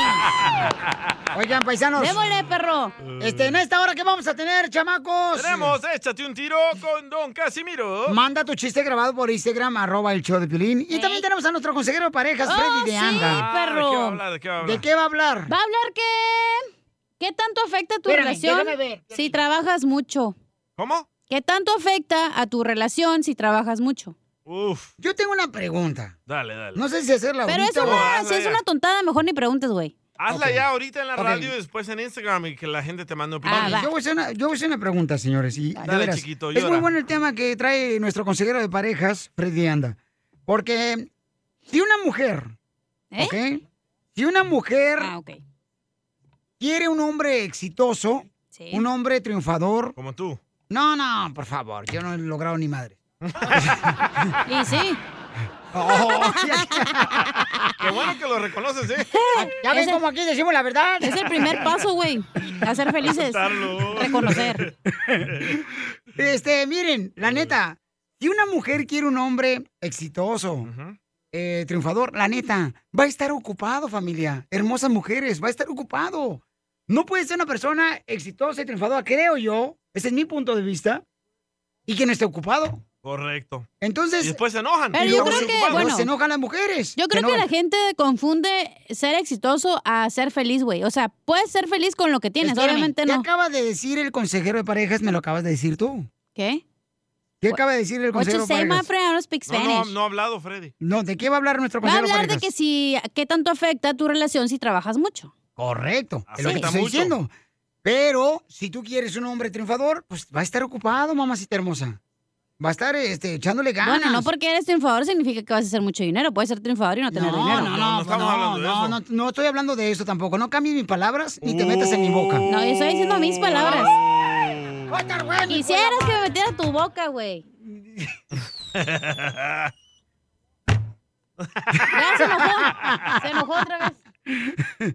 A: Oigan, paisanos.
B: Démosle,
C: perro!
A: Este, en esta hora, ¿qué vamos a tener, chamacos?
B: Tenemos, échate un tiro con Don Casimiro.
A: Manda tu chiste grabado por Instagram, arroba el show de Pilín. Y también tenemos a nuestro consejero de parejas,
C: ¿Eh? Oh,
A: Freddy de
C: sí,
A: Anda.
C: perro.
B: ¿De qué va a hablar? ¿De qué va a hablar?
A: ¿De qué va a hablar?
C: Va a hablar que... ¿Qué tanto afecta tu
B: Espérame,
C: relación
B: déjame ver,
C: si trabajas mucho?
B: ¿Cómo?
C: ¿Qué tanto afecta a tu relación si trabajas mucho?
B: Uf.
A: Yo tengo una pregunta.
B: Dale, dale.
A: No sé si hacerla
C: Pero es
A: ahorita o-
C: una, si es una tontada, mejor ni preguntes, güey.
B: Hazla
A: Ok.
B: ya ahorita en la
A: Ok.
B: radio y después en Instagram y que la gente te
C: Ah,
B: mande
A: Ok,
B: opinión.
A: yo, voy a hacer una, yo voy a hacer una pregunta, señores. Y, de
B: Dale,
A: veras,
B: chiquito,
A: es muy
B: llora.
A: bueno el tema que trae nuestro consejero de parejas, Freddy Anda. Porque si una mujer,
C: ¿Eh?
A: ¿ok? Si una mujer
C: Ah,
A: quiere un hombre exitoso, un hombre triunfador.
B: Como tú.
A: No, no, por favor, yo no he logrado ni madre.
C: y sí.
A: Oh,
B: Qué bueno que lo reconoces, ¿eh?
A: Ya ven
C: Ese-
A: como aquí decimos la verdad.
C: Es el primer paso, güey, a ser felices. Reconocer.
A: Este, miren, la neta, si una mujer quiere un hombre exitoso, eh, triunfador, la neta, va a estar ocupado, familia. Hermosas mujeres, va a estar ocupado. No puede ser una persona exitosa y triunfadora, creo yo. Ese es mi punto de vista. Y que no esté ocupado.
B: Correcto.
A: Entonces.
B: Y después se enojan.
C: Pero
B: Y
C: yo
B: luego
C: creo
B: se
C: que,
B: ocupan.
C: bueno.
A: se enojan las mujeres.
C: Yo creo
B: Se
C: que la
B: enojan.
C: gente confunde ser exitoso a ser feliz, güey. O sea, puedes ser feliz con lo que tienes,
A: Espérame,
C: obviamente
A: ¿qué
C: no.
A: acaba de decir el consejero de parejas? Me lo acabas de decir tú.
C: ¿Qué?
A: ¿Qué acaba de decir el
C: What you
A: consejero
C: say, my
A: Vargas?
C: friend? I don't speak
B: No, no,
C: Spanish.
B: no ha hablado Freddy.
A: No, ¿de qué va a hablar nuestro
C: Va a
A: consejero
C: hablar de
A: Vargas?
C: que si, qué tanto afecta tu relación si trabajas mucho.
A: Correcto, es lo que te
C: Afecta
A: estoy
C: mucho.
A: diciendo. Pero si tú quieres un hombre triunfador, pues va a estar ocupado, mamacita hermosa. Va a estar este, echándole ganas.
C: Bueno, no pues, porque eres triunfador significa que vas a hacer mucho dinero. Puedes ser triunfador y no pues, tener
A: No,
C: dinero.
A: no, no, no, no, no, no estoy hablando de eso tampoco. No cambies mis palabras ni te metas en mi boca.
C: No, yo estoy diciendo mis palabras. Quisieras que me metiera tu boca, güey. Ya se enojó. Se enojó otra vez.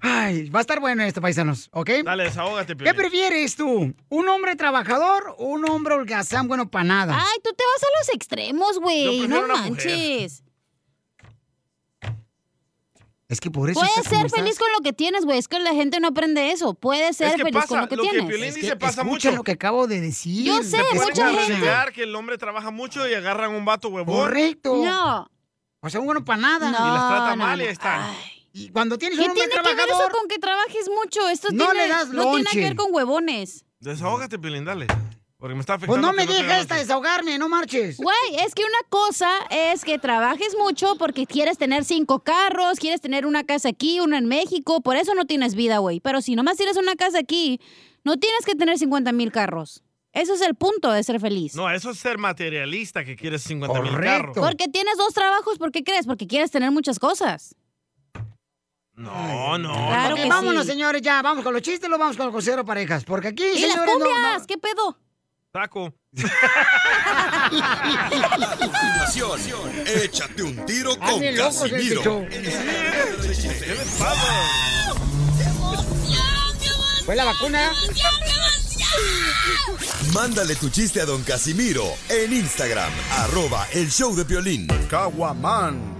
A: Ay, va a estar bueno esto, paisanos, ¿ok?
B: Dale, desahógate,
A: ¿Qué
B: Piolín.
A: prefieres tú? ¿Un hombre trabajador o un hombre holgazán bueno para nada?
C: Ay, tú te vas a los extremos, güey.
A: Yo prefiero
C: No
A: una mujer.
C: manches.
A: Es que por eso
C: Puedes
A: estás como
C: ser
A: estás.
C: feliz con lo que tienes, güey. Es que la gente no aprende eso. Puedes ser
B: Es que
C: feliz con
B: pasa,
C: lo que
B: lo que
C: tienes.
B: Piolín
A: Es
B: dice
A: que
B: pasa
A: escucha
B: mucho.
A: lo que acabo de decir.
C: Yo sé,
B: Te ponen a renegar que el hombre trabaja mucho y agarran un vato huevón.
A: Correcto.
C: No.
A: O sea, un bueno para nada.
B: y las trata mal y ahí están.
A: Y cuando tienes
C: ¿Qué
A: un hombre
C: tiene que ver eso
A: trabajador,
C: con que trabajes mucho? Esto
A: No
C: tiene,
A: le das
C: no tiene que
A: lonche.
C: ver con huevones.
B: Desahógate, Piolín, dale. Porque me está afectando.
A: pues no me
B: que te
A: dejes
B: relajes.
A: desahogarme, no marches.
C: Güey, es que una cosa es que trabajes mucho porque quieres tener cinco carros, quieres tener una casa aquí, una en México, por eso no tienes vida, güey. Pero si nomás tienes una casa aquí, no tienes que tener 50 mil carros. Eso es el punto de ser feliz.
B: No, eso es ser materialista que quieres 50 mil carros.
C: Porque tienes dos trabajos, ¿por qué crees? Porque quieres tener muchas cosas.
B: No, no.
C: Claro
B: no.
C: que
A: Ok,
C: sí.
A: vámonos, señores, ya, vamos con los chistes, lo vamos con el consejero parejas. Porque aquí,
C: Y las
A: señores, no-
C: cumbias,
A: no-
C: ¿qué pedo?
B: Taco.
H: Continuación, échate un tiro
B: Ay,
H: con
B: mi loco es este
H: Casimiro.
B: show.
A: Fue la vacuna.
H: Mándale tu chiste a don Casimiro en Instagram, arroba el show de violín. Caguaman.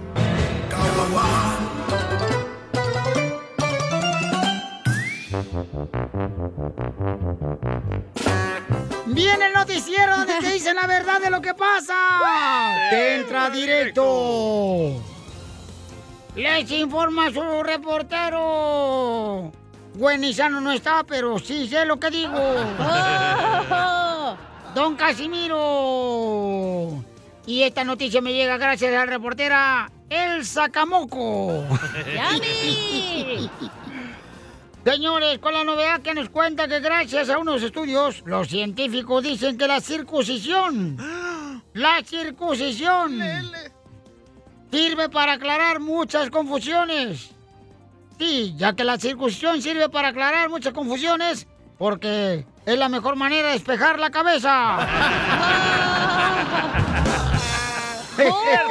A: Viene el noticiero donde te dicen la verdad de lo que pasa. Te entra directo. Les informa su reportero. Buenizano no está, pero sí sé lo que digo. Don Casimiro. Y esta noticia me llega gracias a la reportera El Sacamoco.
I: ¡Yummy!
A: Señores, con la novedad que nos cuenta que gracias a unos estudios, los científicos dicen que la circuncisión, la circuncisión, sirve para aclarar muchas confusiones. Sí, ya que la circuncisión sirve para aclarar muchas confusiones, porque es la mejor manera de despejar la cabeza.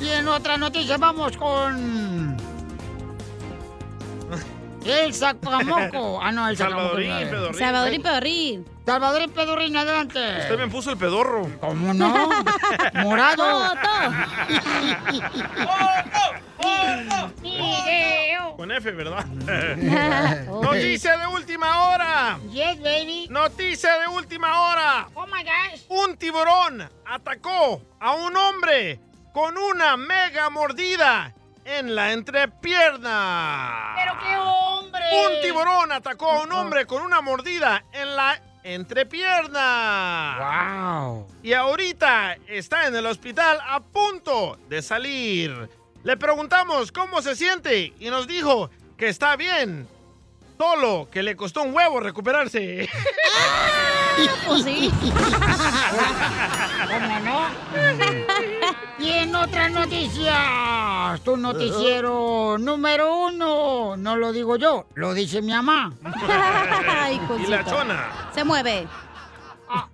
A: Y en otra noticia vamos con. El Sacamoco. Ah, no, el Sacamoco.
B: Salvadorín, Pedorrín.
C: Salvadorín Pedorrín.
A: Salvadorín Pedorrín, adelante.
B: Usted me puso el pedorro.
A: ¿Cómo no? Morado.
B: Con F, ¿verdad? Noticia de última hora.
A: Yes, baby.
B: Noticia de última hora.
A: Oh my gosh.
B: Un tiburón atacó a un hombre con una mega mordida en la entrepierna.
A: Pero qué hombre.
B: Un tiburón atacó a un hombre con una mordida en la entrepierna.
A: ¡Wow!
B: Y ahorita está en el hospital a punto de salir. Le preguntamos cómo se siente y nos dijo que está bien. Solo que le costó un huevo recuperarse.
I: Ah,
C: Pues sí.
A: ¿Cómo no? Y en otras noticias, tu noticiero número uno. No lo digo yo, lo dice mi mamá.
C: Ay,
B: y
C: cosita.
B: la chona.
C: Se mueve.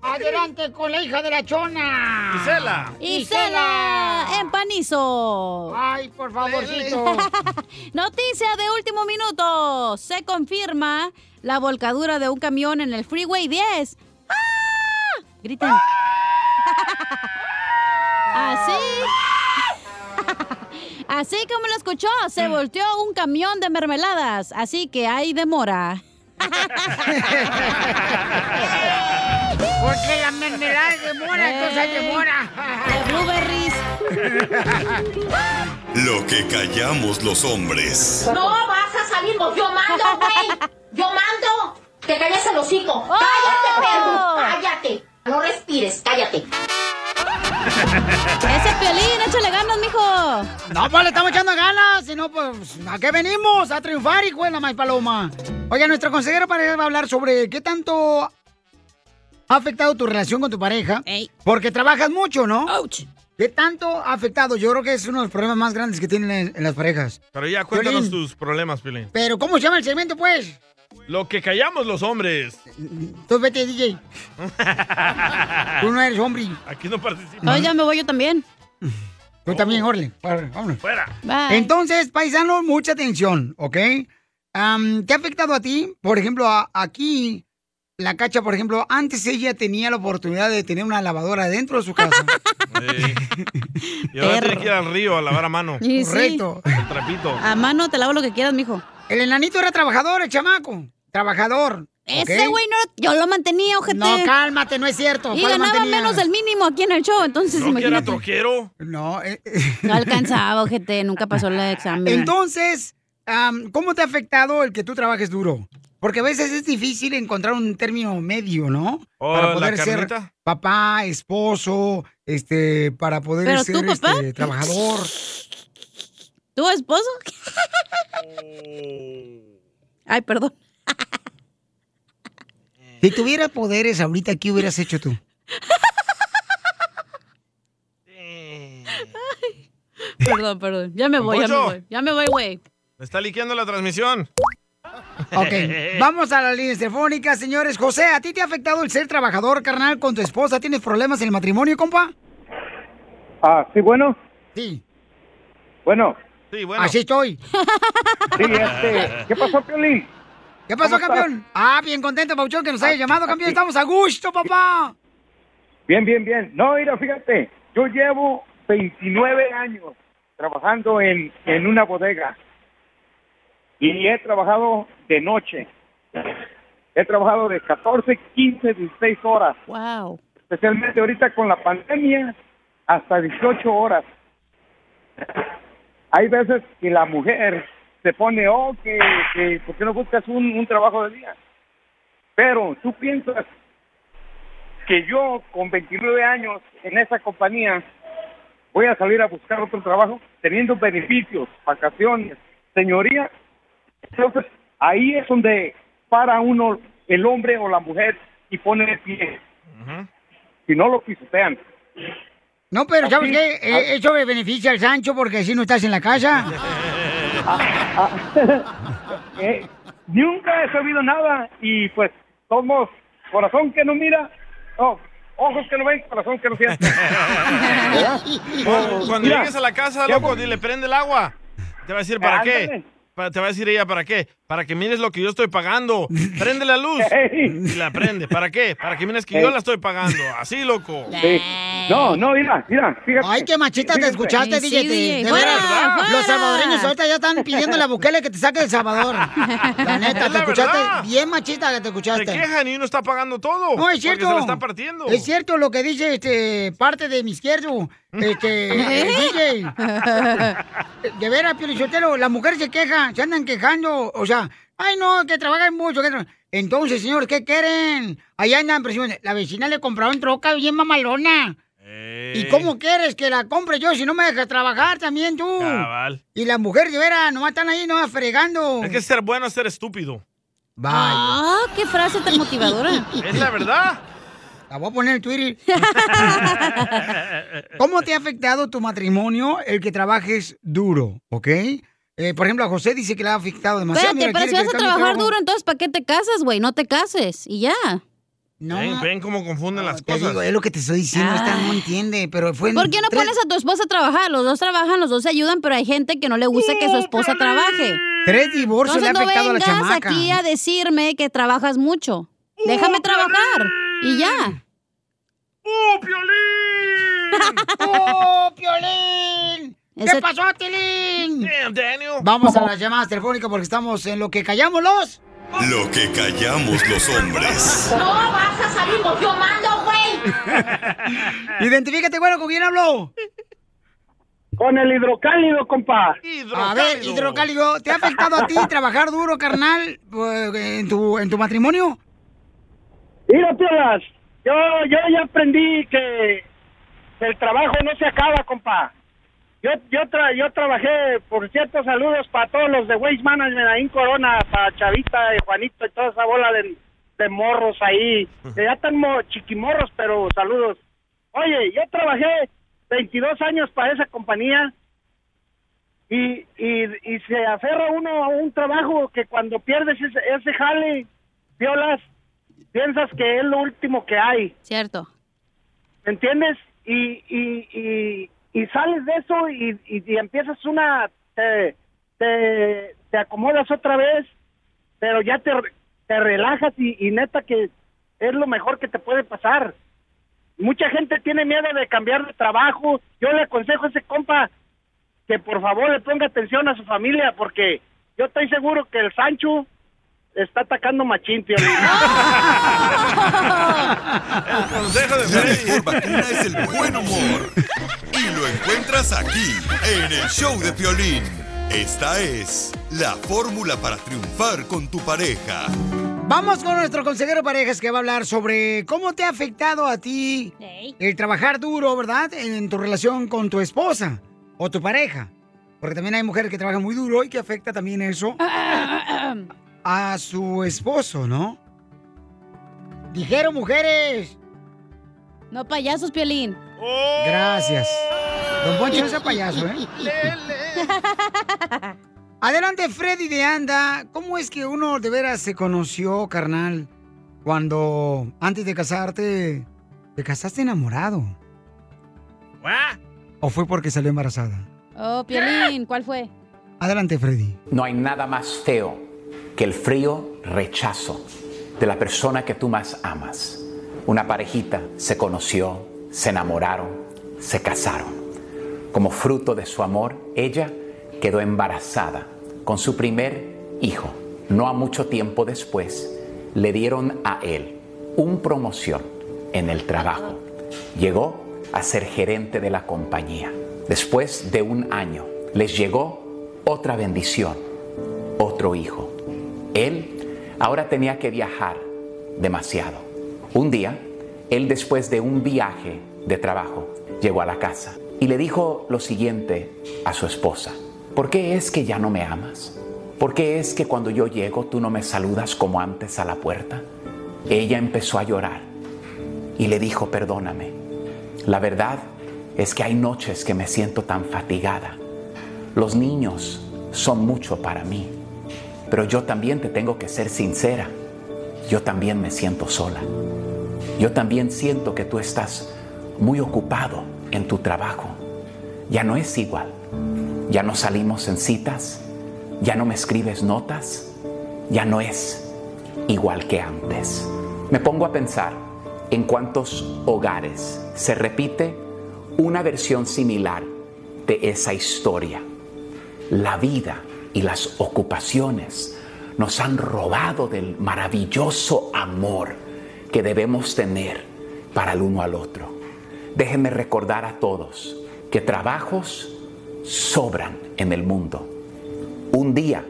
A: Adelante con la hija de la chona.
B: Gisela.
C: Isela, empanizo.
A: Ay, por favorcito.
C: Noticia de último minuto. Se confirma la volcadura de un camión en el Freeway 10. ¡Ah! Gritan. Así. Así como lo escuchó, se
A: Mm.
C: volteó un camión de mermeladas. Así que hay demora.
A: Porque la mermelada demora, entonces hay demora.
C: De Eh, blueberries.
H: Lo que callamos los hombres.
I: No vas a salir, no, yo mando, güey. Yo mando.
P: Te calles el hocico. Cállate, perro. Cállate. No respires, cállate.
C: Ese Piolín, échale ganas, mijo.
A: No, pues le estamos echando ganas. Si no, pues, ¿a qué venimos? A triunfar, hijo de la maíz paloma. Oiga, nuestro consejero pareja va a hablar sobre qué tanto ha afectado tu relación con tu pareja. Porque trabajas mucho, ¿no? ¿Qué tanto ha afectado? Yo creo que es uno de los problemas más grandes que tienen en, en las parejas.
B: Pero ya, cuéntanos
A: Piolín.
B: tus problemas, Pilín.
A: Pero, ¿cómo se llama el segmento, pues?
B: Lo que callamos los hombres.
A: Tú vete, DJ. Tú no eres hombre.
B: Aquí no participas.
C: No, ya me voy yo también.
A: Tú también, Orle. Vámonos.
B: Fuera.
C: Bye.
A: Entonces, paisano, mucha atención, ¿ok? Am, ¿Te ha afectado a ti? Por ejemplo, a- aquí, la cacha, por ejemplo, antes ella tenía la oportunidad de tener una lavadora dentro de su casa.
B: Sí. Y ahora tiene que ir al río a lavar a mano.
C: Y sí. Correcto.
B: El trapito.
C: A mano te lavo lo que quieras, mijo.
A: El enanito era trabajador, el chamaco. Trabajador.
C: Ese
A: ¿ok?
C: güey no, yo lo mantenía, ojete.
A: No, cálmate, no es cierto.
C: Y
A: ¿cuál
C: ganaba
A: mantenía?
C: menos el mínimo aquí en el show, entonces imagínate.
B: troquero?
A: No. eh,
C: No alcanzaba, ojete, nunca pasó el examen.
A: Entonces, am, ¿cómo te ha afectado el que tú trabajes duro? Porque a veces es difícil encontrar un término medio, ¿no?
B: Oh,
A: para
B: ¿la
A: poder ser
B: carnita?
A: papá, esposo, este, para poder
C: ¿Pero
A: ser
C: tú, papá?
A: este, trabajador.
C: ¿Tu esposo?
A: Eh.
C: Ay, perdón.
A: Si tuvieras poderes ahorita, ¿qué hubieras hecho tú?
C: Perdón, perdón. Ya me voy, ya me
B: Poncho.
C: voy. Ya me voy, güey.
B: Me está liqueando la transmisión.
A: Ok, vamos a las líneas telefónicas, señores. José, ¿a ti te ha afectado el ser trabajador, carnal, con tu esposa? ¿Tienes problemas en el matrimonio, compa?
G: Ah, sí, bueno.
A: Sí.
G: Bueno.
B: Sí,
A: Así estoy.
G: Sí, este, ¿qué pasó, Piolín?
A: ¿Qué pasó,
G: ¿Cómo estás? Ah,
A: campeón? Ah, bien contento, Pauchón, que nos haya llamado, campeón. Estamos a gusto, papá.
G: Bien, bien, bien. No, mira, fíjate, yo llevo 29 años trabajando en, en una bodega y he trabajado de noche. He trabajado de 14, 15, 16 horas.
C: Wow.
G: Especialmente ahorita con la pandemia, hasta 18 horas. Hay veces que la mujer se pone, oh, que, que ¿por qué no buscas un, un trabajo de día? Pero tú piensas que yo con 29 años en esa compañía voy a salir a buscar otro trabajo teniendo beneficios, vacaciones, señoría. Entonces, ahí es donde para uno el hombre o la mujer y pone de pie. Si no lo pisotean.
A: No, pero ¿sabes
G: Así,
A: qué? Eh,
G: así.
A: eso me beneficia al Sancho porque así no estás en la casa.
G: Ah, Eh, nunca he sabido nada y pues somos corazón que no mira, no, ojos que no ven, corazón que no siente. ¿Verdad?
B: Cuando, cuando
G: Mira,
B: llegues a la casa,
G: ya
B: loco,
G: voy.
B: dile, prende el agua. Te va a decir, ¿para qué?
G: Ándale.
B: Pa- Te va a decir ella, ¿para qué? Para que mires lo que yo estoy pagando. Prende la luz. Y la prende. ¿Para qué? Para que mires que yo
G: Ey.
B: la estoy pagando. Así, loco.
G: Sí. No, no, mira, mira, fíjate.
A: Ay, qué machista te
G: Fíjate.
A: escuchaste,
B: Sí,
A: DJ.
B: sí,
A: te-
B: DJ.
A: de
B: Fuera,
A: veras,
B: fuera.
A: los salvadoreños ahorita ya están pidiendo a Bukele que te saque de El Salvador. La neta,
B: Es
A: te
B: la
A: escuchaste
B: verdad.
A: bien machista que te
B: Se
A: escuchaste.
B: quejan y uno está pagando todo.
A: No, es
B: Porque se
A: cierto.
B: la está partiendo.
A: Es cierto lo que dice este parte de mi izquierdo.
B: ¿Eh?
A: Este, el DJ. De veras, Piolichotelo, las mujeres se quejan, se andan quejando. O sea, ay no, que trabajan mucho. que tra- Entonces, señores, ¿qué quieren? Allá andan presiones. La vecina le compraron troca bien mamalona. ¿Y cómo quieres que la compre yo si no me dejas trabajar también tú?
B: Cabal.
A: Y las mujeres de veras nomás están ahí, nomás fregando.
B: Es que ser bueno es ser estúpido.
C: Ah, qué frase tan motivadora.
B: Es la verdad.
A: La voy a poner en Twitter. ¿Cómo te ha afectado tu matrimonio el que trabajes duro, ok? Eh, por ejemplo, a José dice que le ha afectado demasiado.
C: Espérate,
A: Mira,
C: pero si
A: quiere
C: vas
A: que
C: a
A: le cambie
C: trabajar
A: trabajo.
C: duro, entonces ¿para qué te casas, güey? No te cases y ya.
B: Ven, ven cómo confunden las
A: Te
B: cosas.
A: digo, es lo que te estoy diciendo, esta no entiende, pero fue... en
C: Ah. ¿Por qué no
A: tres-
C: pones a tu esposa a trabajar? Los dos trabajan, los dos se ayudan, pero hay gente que no le gusta que su esposa trabaje.
A: Tres divorcios
C: Entonces
A: le ha
C: no
A: afectado a la
C: vengas
A: chamaca.
C: aquí a decirme que trabajas mucho. Déjame trabajar y ya.
B: ¡Oh, Piolín!
A: ¡Oh, Piolín! ¿Qué
C: Ese-
A: pasó, Tilín?
B: Damn, Daniel.
A: Vamos a las llamadas telefónicas porque estamos en lo que callamos los...
H: Lo que callamos los hombres.
P: No vas a salir yo mando, güey.
A: Identifícate, bueno, ¿con quién hablo?
F: Con el hidrocálido, compa.
A: A ver, hidrocálido, ¿te ha afectado a ti trabajar duro, carnal, eh, en tu, en tu matrimonio?
F: Mira, piolas, yo, yo ya aprendí que el trabajo no se acaba, compa. Yo, yo, tra- yo trabajé, por cierto, saludos para todos los de Waste Management ahí en Corona, para Chavita y Juanito y toda esa bola de, de morros ahí, que ya están mo- chiquimorros, pero saludos. Oye, yo trabajé 22 años para esa compañía y, y, y se aferra uno a un trabajo que cuando pierdes ese, ese jale, violas, piensas que es lo último que hay.
C: Cierto.
F: ¿Me entiendes? Y, y, y, y sales de eso y, y, y empiezas una... Te, te, te acomodas otra vez, pero ya te, re- te relajas y, y neta que es lo mejor que te puede pasar. Mucha gente tiene miedo de cambiar de trabajo. Yo le aconsejo a ese compa que por favor le ponga atención a su familia porque yo estoy seguro que el Sancho está atacando machín, Piolín.
H: consejo de La mejor vacuna es el buen humor. Y lo encuentras aquí, en el show de Piolín. Esta es la fórmula para triunfar con tu pareja.
A: Vamos con nuestro consejero parejas que va a hablar sobre cómo te ha afectado a ti el trabajar duro, ¿verdad? En, en tu relación con tu esposa o tu pareja. Porque también hay mujeres que trabajan muy duro y que afecta también eso a su esposo, ¿no? Dijeron mujeres.
C: No payasos, Piolín.
A: Gracias. Don Poncho no sea payaso, ¿eh? Adelante, Freddy de Anda. ¿Cómo es que uno de veras se conoció, carnal, cuando antes de casarte, te casaste enamorado? ¿O fue porque salió embarazada?
C: Oh, Piolín, ¿cuál fue?
A: Adelante, Freddy.
Q: No hay nada más feo que el frío rechazo de la persona que tú más amas. Una parejita se conoció, se enamoraron, se casaron. Como fruto de su amor, ella quedó embarazada con su primer hijo. No a mucho tiempo después, le dieron a él un promoción en el trabajo. Llegó a ser gerente de la compañía. Después de un año, les llegó otra bendición, otro hijo. Él ahora tenía que viajar demasiado. Un día, él después de un viaje de trabajo, llegó a la casa y le dijo lo siguiente a su esposa. ¿Por qué es que ya no me amas? ¿Por qué es que cuando yo llego tú no me saludas como antes a la puerta? Ella empezó a llorar y le dijo, perdóname. La verdad es que hay noches que me siento tan fatigada. Los niños son mucho para mí. Pero yo también te tengo que ser sincera. Yo también me siento sola. Yo también siento que tú estás muy ocupado en tu trabajo. Ya no es igual. Ya no salimos en citas. Ya no me escribes notas. Ya no es igual que antes. Me pongo a pensar en cuántos hogares se repite una versión similar de esa historia la vida y las ocupaciones nos han robado del maravilloso amor que debemos tener para el uno al otro. Déjenme recordar a todos que trabajos sobran en el mundo. Un día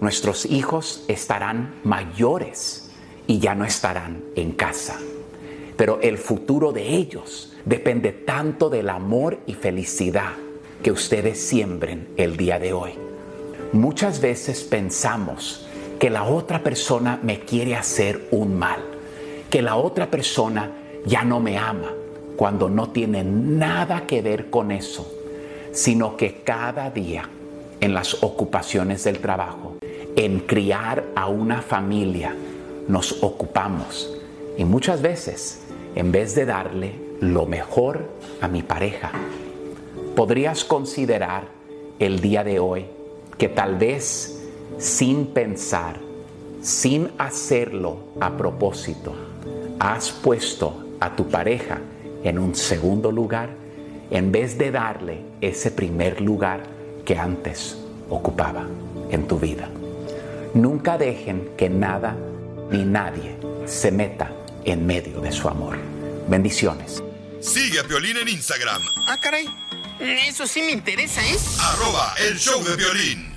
Q: nuestros hijos estarán mayores y ya no estarán en casa. Pero el futuro de ellos depende tanto del amor y felicidad que ustedes siembren el día de hoy. Muchas veces pensamos que la otra persona me quiere hacer un mal, que la otra persona ya no me ama, cuando no tiene nada que ver con eso, sino que cada día en las ocupaciones del trabajo, en criar a una familia, nos ocupamos. Y muchas veces, en vez de darle lo mejor a mi pareja, podrías considerar el día de hoy que tal vez sin pensar, sin hacerlo a propósito, has puesto a tu pareja en un segundo lugar en vez de darle ese primer lugar que antes ocupaba en tu vida. Nunca dejen que nada ni nadie se meta en medio de su amor. Bendiciones.
H: Sigue a Piolín en Instagram,
M: Ah, caray.
A: Eso sí me interesa, ¿eh?
H: Arroba el show de violín.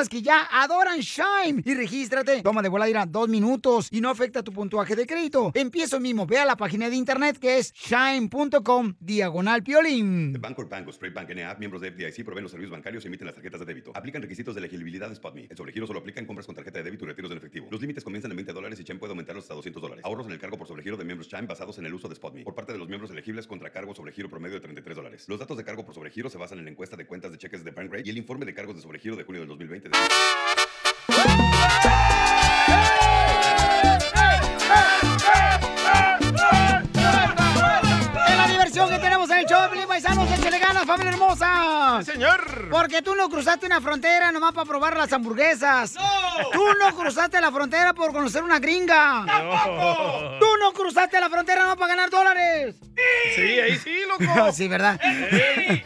A: que ya adoran Shime y regístrate. Toma de vuelta ir a dos minutos y no afecta tu puntuaje de crédito. Empiezo mismo. Ve a la página de internet que es shime.com diagonal piolín.
R: Bancorp Bank o Spray Bank NA, miembros de FDIC, proveen los servicios bancarios y emiten las tarjetas de débito. Aplican requisitos de elegibilidad de SpotMe. El sobregiro solo aplica en compras con tarjeta de débito y retiros en efectivo. Los límites comienzan en 20 dólares y Chime puede aumentarlos hasta 200 dólares. Ahorros en el cargo por sobregiro de miembros Chime basados en el uso de SpotMe por parte de los miembros elegibles contra cargo sobregiro promedio de 33 dólares. Los datos de cargo por sobregiro se basan en la encuesta de cuentas de cheques de Bankrate y el informe de cargos de sobregiro de junio del 2020 de...
A: Es la diversión que tenemos en el show de Pelín Paisanos. ¡Échale ganas, familia hermosa!
B: señor!
A: Porque tú no cruzaste una frontera nomás para probar las hamburguesas. ¡No! Tú no cruzaste la frontera por conocer una gringa.
B: ¡Tampoco!
A: Tú no cruzaste la frontera nomás para ganar dólares.
B: Sí, ahí sí,
A: No,
B: loco.
A: sí, ¿verdad?
B: Ey,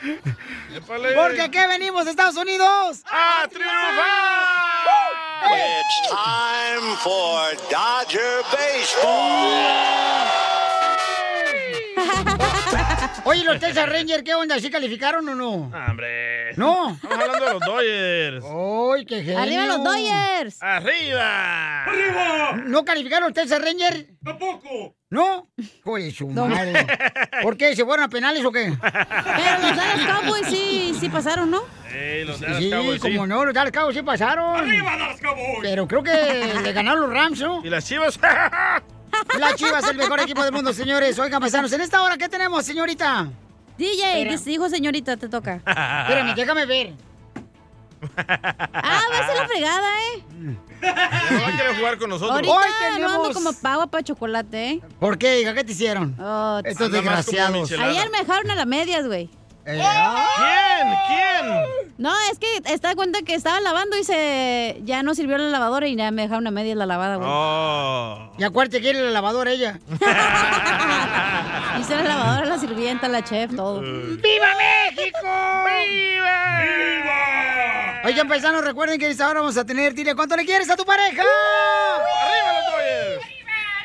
B: épale.
A: Porque aquí venimos, Estados Unidos.
B: ¡A triunfar!
S: It's time for Dodger Baseball.
A: Oye, los Texas Rangers, ¿qué onda? ¿Sí calificaron o no?
B: Ah. ¡Hombre!
A: No.
B: Estamos hablando de los Dodgers.
A: ¡Ay, qué genio!
B: ¡Arriba los Dodgers!
A: ¡Arriba! ¡Arriba! ¿No calificaron los Texas Rangers? ¡Tampoco! ¿No? Joder, su madre. ¿Por qué? ¿Se fueron a penales o qué?
C: Pero los Dallas Cowboys sí, sí pasaron, ¿no?
B: Ey, los Dallas
A: Sí,
B: Cowboys, sí.
A: como no, los Dallas Cowboys sí pasaron.
B: ¡Arriba,
A: Dallas Cowboys! Pero creo que le ganaron los Rams, ¿no?
B: ¿Y las chivas?
A: La Chivas es el mejor equipo del mundo, señores. Oigan, paisanos, en esta hora, ¿qué tenemos, señorita?
C: DJ, dis- dijo señorita, te toca.
A: Espérame, déjame ver.
C: Ah, va a ser la fregada, ¿eh?
B: No quieren jugar con nosotros.
C: Ahorita no ando como pavo para chocolate, ¿eh?
A: ¿Por qué, hija? ¿Qué te hicieron?
C: Oh,
A: Estos
B: Anda más como
A: desgraciados.
B: michelada.
C: Ayer me dejaron a las medias, güey.
A: Eh,
B: ¡Oh!
C: ¡Oh!
B: ¿Quién?
C: No, es que está de cuenta que estaba lavando y se ya no sirvió la lavadora y ya me dejaron a medias la lavada, güey.
B: Oh.
A: Y acuérdate que era la lavadora ella.
C: Hice la lavadora, la sirvienta, la chef, todo.
A: ¡Viva México! ¡Viva! Oigan, paisanos, recuerden que ahora vamos a tener, dile cuánto le quieres a tu pareja.
B: ¡Uh! ¡Arriba los Dodgers!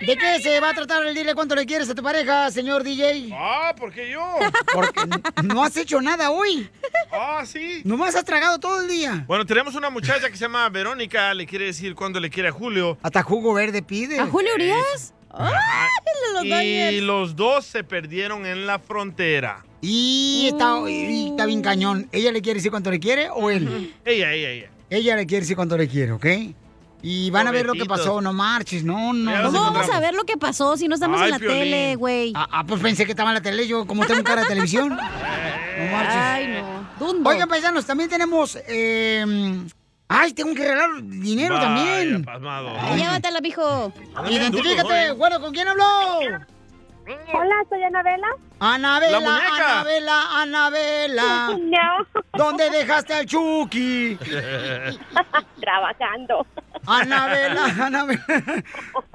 A: ¿De qué se va a tratar el dile cuánto le quieres a tu pareja, señor DJ?
B: Ah, ¿por qué yo?
A: Porque no has hecho nada hoy.
B: Ah, sí.
A: Nomás has tragado todo el día.
B: Bueno, tenemos una muchacha que se llama Verónica, le quiere decir cuando le quiere a Julio.
A: Hasta jugo verde pide.
C: ¿A Julio Urias?
B: Ajá.
C: los
B: y
C: Dodgers.
B: los dos se perdieron en la frontera.
A: Y está, y está bien cañón. ¿Ella le quiere decir cuánto le quiere o él?
B: Ella, ella, ella.
A: Ella le quiere decir cuánto le quiere, ¿ok? Y van a ver lo que
B: Pobrecitos.
A: pasó, no marches, no, no.
C: ¿Cómo vamos a ver lo que pasó si no estamos
A: Ay,
C: en la
A: Piolín.
C: tele, güey?
A: Ah, ah, pues pensé que estaba en la tele, yo como tengo cara de televisión. No marches.
C: Ay, no.
A: Oigan, paisanos, también tenemos... eh, ay, tengo que regalar dinero
B: Vaya,
A: también.
B: pasmado.
C: Llévatela, mijo.
B: Andan bien duros
A: Identifícate,
B: hoy.
A: bueno, ¿con quién habló?
O: Hola, soy Anabela.
A: Anabela,
O: La muñeca.
A: Anabela, Anabela. ¿Dónde dejaste al Chucky?
O: Trabajando.
A: Anabela, Anabela.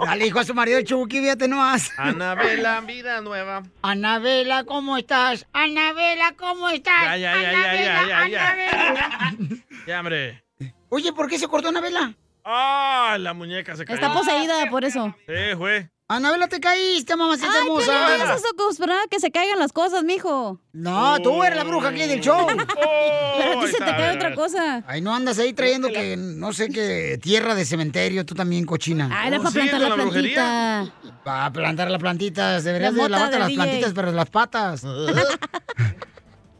A: Ya le dijo a su marido Chucky, fíjate nomás.
B: Anabela, vida nueva.
A: Anabela, ¿cómo estás? Anabela, ¿cómo estás?
B: Ya, ya, ya, ya, ya, ya, ya. Ya, hombre.
A: Oye, ¿por qué se cortó Anabela?
B: Ah, la muñeca se cayó.
C: Está poseída por eso.
B: Eh, güey.
A: Anabela, te caíste, mamacita
C: Ay,
A: hermosa.
C: Piolín, no estás acostumbrada a que se caigan las cosas, mijo.
A: No, tú eres la bruja aquí del show.
B: Oh,
C: Pero a ti se te cae otra cosa.
A: Ay, no andas ahí trayendo que, no sé qué, tierra de cementerio, tú también, cochina.
C: Ay,
B: Oh,
C: era para plantar la plantita.
A: Para plantar las plantitas, deberías
C: La
A: de
C: mota
A: lavarte
C: de
A: las
C: DJ.
A: plantitas, pero las patas.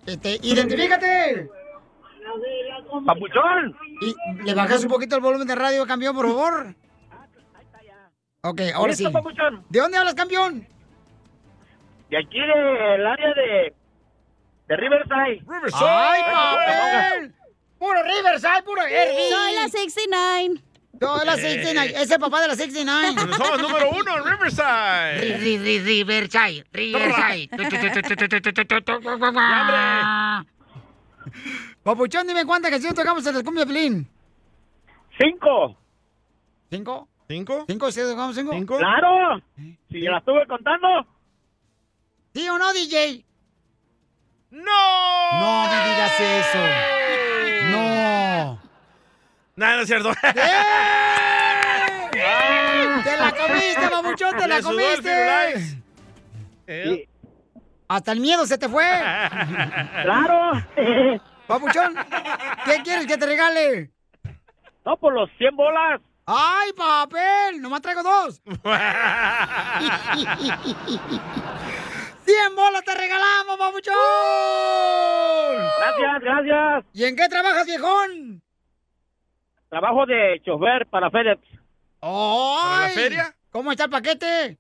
A: Este, identifícate.
F: ¡Papuchón!
A: Y le bajas un poquito el volumen de radio, campeón, por favor. Ok, ahora sí.
F: ¿Listo, papuchón?
A: ¿De dónde hablas, campeón?
F: De aquí del área de, de Riverside.
B: Riverside.
A: ¡Ay, papel! ¡Puro Riverside, puro Herbie!
C: Soy la 69.
A: Soy la 69. Es el papá de la 69.
B: Pero somos número uno en
A: Ri-
B: Riverside.
A: ri- ri- Riverside, Riverside. Tu, tu, tu, tu, tu, tu, tu, tu, tu, tu, tu, tu, tu, tu, tu. Papuchón, dime cuántas canciones tocamos en el cumbia Pilín.
T: Cinco.
A: ¿Cinco?
B: ¿Cinco?
A: ¿Cinco? ¿Sí tocamos cinco? ¿Eh?
B: ¿Cinco?
T: ¡Claro! Si yo la estuve contando.
A: ¿Sí o no, DJ?
B: ¡No!
A: No me digas eso. No.
B: No, no es cierto.
A: ¡Te la comiste, babuchón! ¡Te la
B: Le sudó el
A: comiste! Hasta el miedo se te fue.
T: ¡Claro!
A: Papuchón, ¿qué quieres que te regale?
T: No, por los 100 bolas.
A: ¡Ay, papel! ¡Nomás traigo dos! ¡Cien bolas te regalamos, papuchón!
T: Gracias, gracias.
A: ¿Y en qué trabajas, viejón?
T: Trabajo de chofer para FedEx.
A: ¿Para
T: la feria?
A: ¿Cómo está el paquete?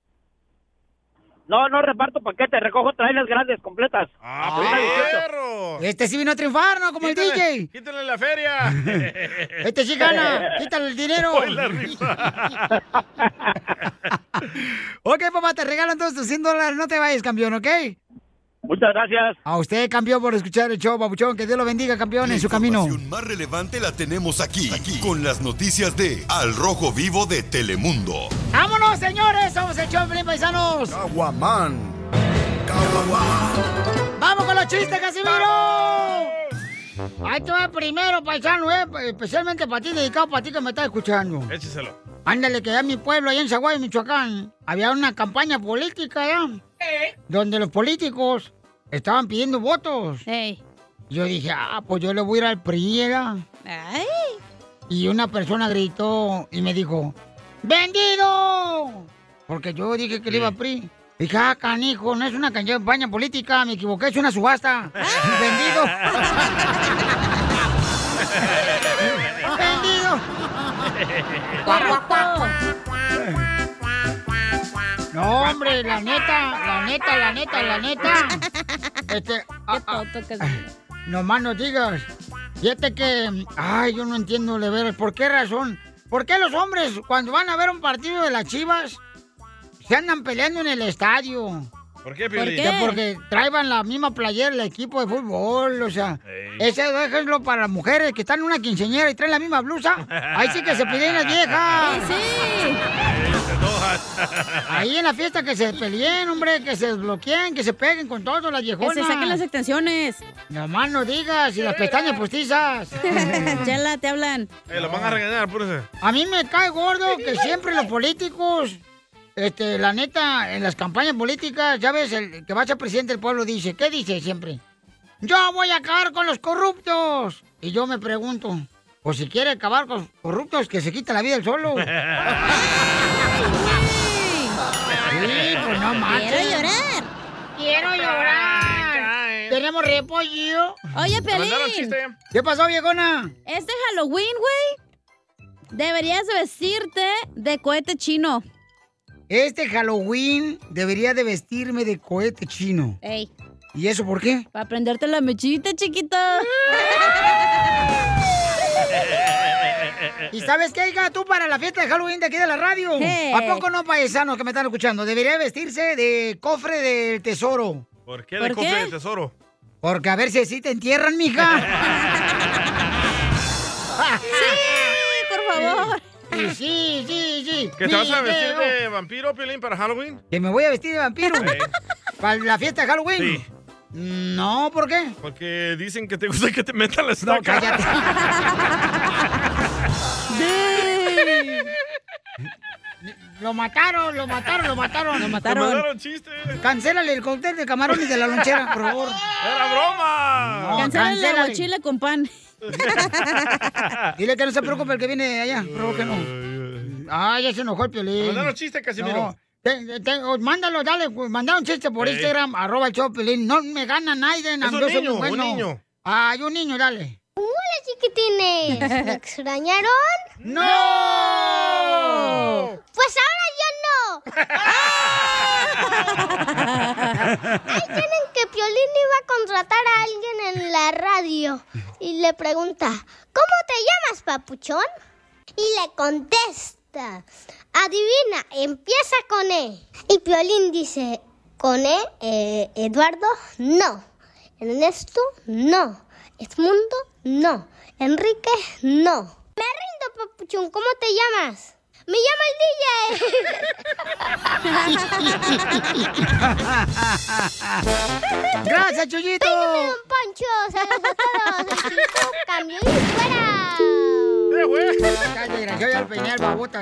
T: No, no reparto paquetes, recojo trailers grandes completas. Ah, pues,
A: Este sí vino a triunfar, ¿no? Como el
B: Quítale-
A: DJ.
B: Quítale la feria.
A: Este sí gana. Quítale el dinero.
B: Hoy la rifa.
A: Ok, papá, te regalo entonces tus 100 dólares. No te vayas, campeón, ¿ok?
T: Muchas gracias.
A: A usted, campeón, por escuchar el show, papuchón. Que Dios lo bendiga, campeón, en su camino.
H: Más relevante la tenemos aquí, aquí, con las noticias de Al Rojo Vivo de Telemundo.
A: ¡Vámonos, señores! ¡Somos el show, de Pelín, paisanos!
H: Guamán.
A: ¡Vamos con los chistes, Casimiro! Ahí te va primero, paisano, eh, especialmente para ti, dedicado para ti que me estás escuchando.
B: Écheselo.
A: Ándale, que allá en mi pueblo, allá en Zaguay, Michoacán, había una campaña política, ¿ya? Donde los políticos estaban pidiendo votos. Yo dije, ah, pues yo le voy a ir al PRI, ¿ya?
I: Eh.
A: Y una persona gritó y me dijo, ¡Vendido! Porque yo dije que le iba a PRI. Dije, ah, canijo, no es una campaña política, me equivoqué, es una subasta. ¡Vendido! ¡Vendido! No, hombre, la neta, la neta, la neta, la neta. Este, ah, ah, nomás no digas. Fíjate que, ay, yo no entiendo de veras, ¿por qué razón? ¿Por qué los hombres cuando van a ver un partido de las Chivas se andan peleando en el estadio?
B: ¿Por qué, Piolín?
A: Que Porque traían la misma playera el equipo de fútbol, o sea, ese déjenlo para las mujeres que están en una quinceñera y traen la misma blusa. Ahí sí que se peleen las viejas. Ahí en la fiesta que se peleen, hombre, que se desbloqueen, que se peguen con todo, las viejonas.
C: se saquen las
A: extensiones. Nomás no digas, y las pestañas postizas.
C: Chela, te hablan.
B: Eh, lo van a regañar, apúrese.
A: A mí me cae gordo que siempre los políticos, este, la neta, en las campañas políticas, ya ves, el que va a ser presidente del pueblo dice, ¿qué dice siempre? Yo voy a acabar con los corruptos. Y yo me pregunto, o si quiere acabar con los corruptos, que se quita la vida el solo. Sí, pues no manches.
C: Quiero llorar.
A: Quiero llorar. Tenemos repollo.
C: Oye, Pelín.
A: ¿Qué pasó, viejona?
C: Este Halloween, güey. Deberías de vestirte de cohete chino.
A: Este Halloween debería de vestirme de cohete chino.
C: Ey,
A: ¿Y eso por qué?
C: para prenderte la mechita, chiquita.
A: ¿Y sabes qué, hija? Tú para la fiesta de Halloween de aquí de la radio.
C: Sí.
A: ¿A poco no, paisanos que me están escuchando? Debería vestirse de cofre del tesoro.
B: ¿Por qué de
A: ¿Por
B: cofre
A: qué?
B: de tesoro?
A: Porque a ver si así te entierran, mija.
C: sí, por favor.
A: Sí, sí, sí. sí.
B: ¿Que te vas a vestir
A: Video.
B: de vampiro, Piolín, para Halloween?
A: ¿Que me voy a vestir de vampiro? ¿Para la fiesta de Halloween?
B: Sí.
A: No, ¿por qué?
B: Porque dicen que te gusta que te metan la estaca.
A: Lo mataron, lo mataron, lo mataron. Lo
B: mataron. Te mandaron chiste.
A: Cancélale el cóctel de camarones de la lonchera, por favor.
B: ¡Era broma!
A: No,
C: Cancélale la
A: cancélale.
C: mochila con pan.
A: Dile que no se preocupe el que viene de allá. Pero que no. Ay, ya se enojó el piolín.
B: Mandaron chiste, Casimiro.
A: No. Te- te- oh, mándalo, dale, pues, manda un chiste por
B: Ey.
A: Instagram, arroba el show, Piolín. No me gana nadie.
B: Es
A: no,
B: un
A: yo soy
B: niño,
A: muy bueno.
B: un niño.
A: Ay, un niño, dale.
U: Hola chiquitines, ¿me extrañaron?
A: ¡No!
U: Pues ahora ya no. Ahí tienen que Piolín iba a contratar a alguien en la radio y le pregunta, ¿cómo te llamas, papuchón? Y le contesta, adivina, empieza con E. Y Piolín dice, ¿con E? eh, Eduardo, no. Ernesto, no. Edmundo, no. Enrique, no. Me rindo, papuchón. ¿Cómo te llamas? Me llamo el DJ.
A: Gracias, Chuyito.
U: Pégueme, don Poncho. Saludos a todos. El cinco cambio y fuera.
A: Yo ya al peinar, babota.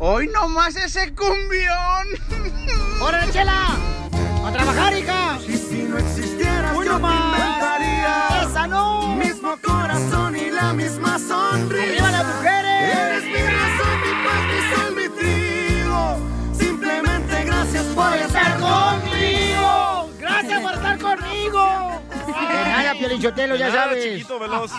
A: ¡Hoy nomás ese cumbión! ¡Órale, chela! ¡A trabajar, hija! Y si no existiera,
V: yo te inventaría
A: ¡Esa no!
V: Mismo corazón y la misma sonrisa.
A: ¡Arriba las mujeres!
V: Eres mi razón, mi paz, mi sol, mi trigo. Simplemente gracias por estar conmigo.
A: ¡Gracias por estar conmigo! De nada, Piolichotelo, ya
B: De nada,
A: sabes.
B: chiquito veloz.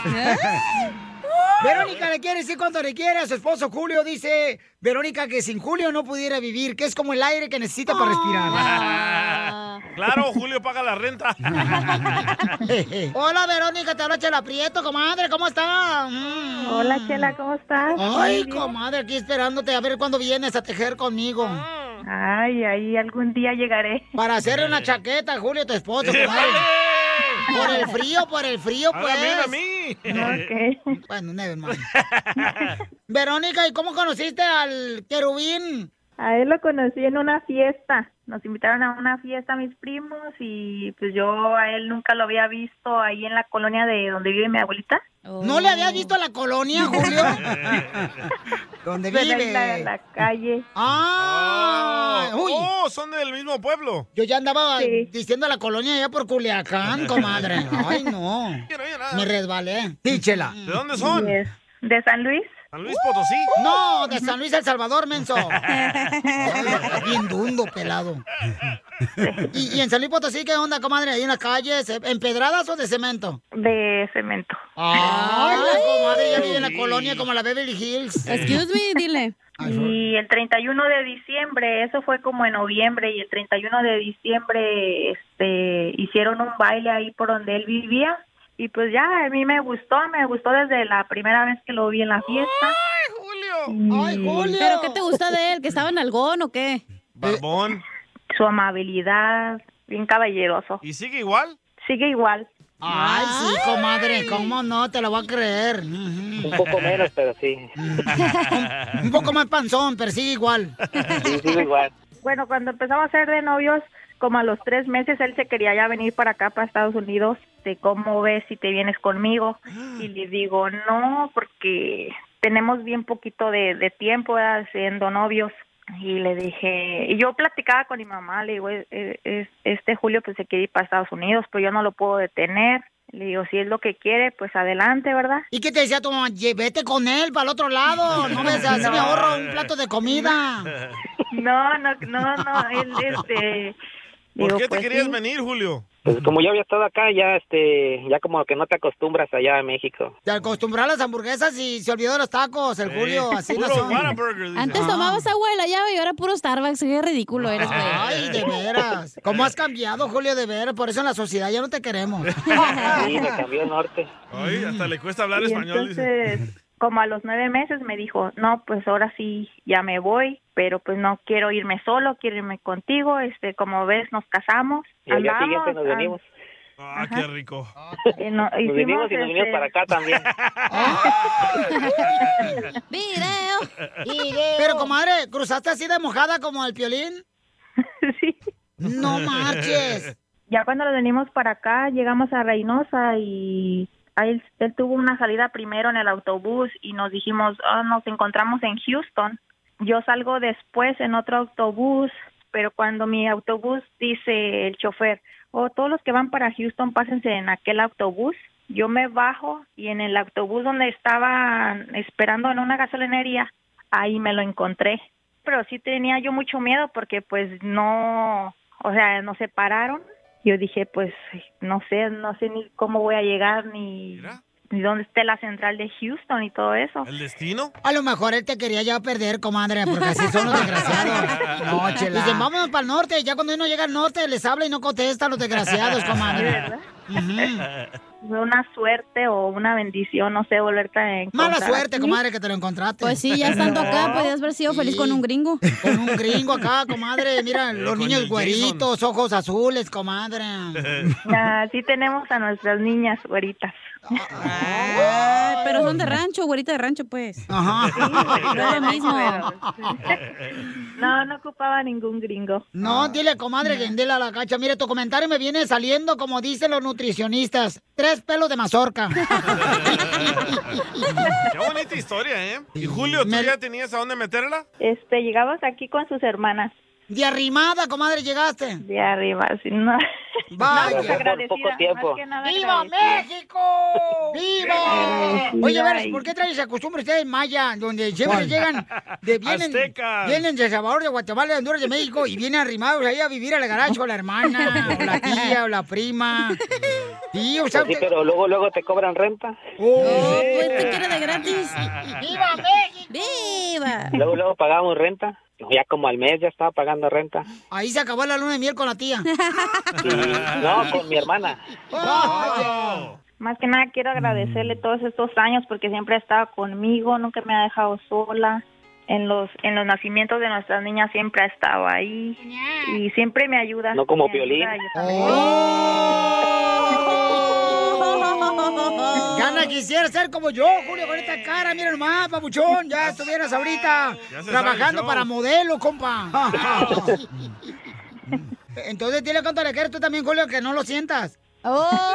A: Verónica le quiere decir cuando le quiere a su esposo Julio. Dice Verónica que sin Julio no pudiera vivir, que es como el aire que necesita para respirar.
B: Claro, Julio paga la renta.
A: Hola Verónica, te habla Chela Prieto, comadre, ¿cómo está? Mm.
W: Hola, Chela, ¿cómo estás? Muy
A: Ay,
W: bien.
A: comadre, aquí esperándote a ver cuándo vienes a tejer conmigo.
W: Ay, ahí algún día llegaré.
A: Para hacerle una chaqueta, Julio, tu esposo, comadre. Por el frío, por el frío,
W: Ah,
A: pues.
W: bien a mí.
A: Bueno, never mind. Verónica, ¿y cómo conociste al querubín?
W: A él lo conocí en una fiesta. Nos invitaron a una fiesta mis primos y pues yo a él nunca lo había visto ahí en la colonia de donde vive mi abuelita.
A: ¿No le habías visto la colonia, Julio?
W: Bueno,
A: ¿Dónde
W: Pues ahí
A: vive?
W: la- la calle.
A: ¡Ah!
B: Oh,
A: ¡Uy!
B: oh, son del mismo pueblo.
A: Yo ya andaba diciendo la colonia allá por Culiacán, comadre. Ay, no. Me resbalé. Díchela.
B: ¿De dónde son?
W: Yes. ¿De San Luis?
B: ¿San Luis Potosí?
A: No, de San Luis El Salvador, menso. Ay, Bien dundo, pelado. ¿Y, y en San Luis Potosí qué onda, comadre? ¿Ahí en las calles? eh, ¿Empedradas o de cemento?
W: De cemento.
A: Ay, la comadre ya vive en la colonia como la Beverly Hills.
W: Excuse
C: me, dile.
W: Y el 31 de diciembre, eso fue como en noviembre, y el 31 de diciembre este, hicieron un baile ahí por donde él vivía. Y pues ya, a mí me gustó, me gustó desde la primera vez que lo vi en la fiesta.
C: ¡Ay,
W: Julio!
C: ¿Pero qué te gusta de él? ¿Que estaba en algón o qué?
B: Barbón.
W: Eh, Su amabilidad, bien caballeroso.
B: ¿Y sigue igual?
W: Sigue igual.
A: Ay, sí, comadre, ¿cómo no? Te lo voy a creer. Un
W: Un poco menos,
A: pero sí. Un poco más panzón, pero sí igual. Sí, sí, igual.
W: Bueno, cuando empezamos a ser de novios, como a los tres meses, él se quería ya venir para acá, para Estados Unidos. De cómo ves si te vienes conmigo. Y le digo, no, porque tenemos bien poquito de, de tiempo ¿verdad? siendo novios. Y le dije, y yo platicaba con mi mamá, le digo, "Eh, eh, es- este julio pues se quiere ir para Estados Unidos, pero yo no lo puedo detener. Le digo, si es lo que quiere, pues adelante, ¿verdad?
A: ¿Y qué te decía tu mamá? "Ye- Vete con él para el otro lado. No ves, así me ahorro un plato de comida.
W: No, no, no, no, él, este...
B: ¿Por
W: digo,
B: qué te
W: pues,
B: querías
W: sí.
B: venir, Julio?
D: Pues como yo había estado acá, ya este, ya como que no te acostumbras allá a México.
A: Te acostumbró a las hamburguesas y se olvidó de los tacos, el Julio. Así no son.
C: Antes tomabas agua de la llave y ahora puro Starbucks. Qué ridículo eres, güey.
A: Ay, de veras. ¿Cómo has cambiado, Julio, de veras? Por eso en la sociedad ya no te queremos.
D: Sí, me cambió el norte.
B: Ay, hasta le cuesta hablar
W: Y
B: español. dice.
W: entonces, como a los nueve meses me dijo, no, pues ahora sí, ya me voy, pero pues no quiero irme solo, quiero irme contigo, este, como ves, nos casamos.
D: Y al día
W: andamos,
D: siguiente nos
W: ah,
D: venimos.
B: Ah, qué rico.
W: eh, no,
D: Nos vinimos y nos vinimos
W: este,
D: para acá también.
A: Video. Pero, comadre, ¿cruzaste así de mojada como el piolín? No marches.
W: Ya cuando nos venimos para acá, llegamos a Reynosa y ahí él, él tuvo una salida primero en el autobús y nos dijimos, "Ah, nos encontramos en Houston. Yo salgo después en otro autobús, pero cuando mi autobús dice el chofer, oh, todos los que van para Houston, pásense en aquel autobús. Yo me bajo y en el autobús donde estaba esperando en una gasolinería, ahí me lo encontré. Pero sí tenía yo mucho miedo porque pues no, o sea, nos separaron. Yo dije, pues no sé, no sé ni cómo voy a llegar ni, ni dónde esté la central de Houston y todo eso.
B: ¿El destino?
A: A lo mejor él te quería ya perder, comadre, Eh, porque así son los desgraciados. No, chela. Dicen, vámonos para el norte. Ya cuando uno llega al norte, les habla y no contesta a los desgraciados, comadre.
W: Sí, ¿verdad? Fue una suerte o una bendición, no sé, volverte a encontrar.
A: Mala suerte,
W: aquí.
A: comadre, que te lo encontraste.
W: Pues sí, ya estando acá, pues, podías
C: haber sido
A: feliz con un gringo. Con un gringo acá, Ah, comadre. Mira, los niños güeritos, ojos azules, comadre.
W: Ah, sí tenemos a nuestras niñas güeritas.
C: Ay, pero son de rancho, güerita de rancho, pues.
W: Ajá.
C: No es lo mismo.
W: No, no ocupaba ningún gringo.
A: No, dile, comadre, que dile a la cacha. Mire, tu comentario me viene saliendo, como dicen los nutricionistas, tres pelos de mazorca.
B: Qué bonita historia, ¿eh? ¿Y Julio, tú ya tenías a dónde meterla?
W: Este, llegamos aquí con sus hermanas.
A: De arrimada, comadre, llegaste.
W: De arriba, sí, no.
A: Vaya.
W: pues agradecida,
D: Por poco tiempo.
W: más que nada
A: ¡Viva
W: agradecida.
A: México! ¡Viva!
W: Agradecida
A: Oye, a ver,
W: y-
A: ¿por qué traes esa costumbre ustedes maya, donde siempre
W: ¿Cuál?
A: llegan, de, vienen,
W: Aztecas.
A: vienen de Salvador, de Guatemala, de Honduras, de México y vienen arrimados ahí a vivir al garaje con la hermana, o la tía, o la prima? Sí, o sea,
D: Pues sí,
A: usted-
D: pero luego, luego te cobran renta.
A: Oh,
C: pues te quiere de gratis. ¡Viva México! ¡Viva!
D: Luego, luego pagamos renta. No, Ya como al mes ya estaba pagando renta.
A: Ahí se acabó la luna de miel con la tía.
D: Y, no, con mi hermana.
W: Más que nada quiero agradecerle todos estos años porque siempre ha estado conmigo, nunca me ha dejado sola. En los en los nacimientos de nuestras niñas siempre ha estado ahí y siempre me ayuda.
D: No como
W: Me ayuda,
D: Piolín.
W: yo también.
A: Gana, quisiera ser como yo, Julio, con esta cara, mira nomás, papuchón, ya estuvieras ahorita
D: Ya se sabe el
A: trabajando
D: show.
A: para modelo, compa. Entonces dile cuánto le quieres tú también, Julio, que no lo sientas.
D: Oh.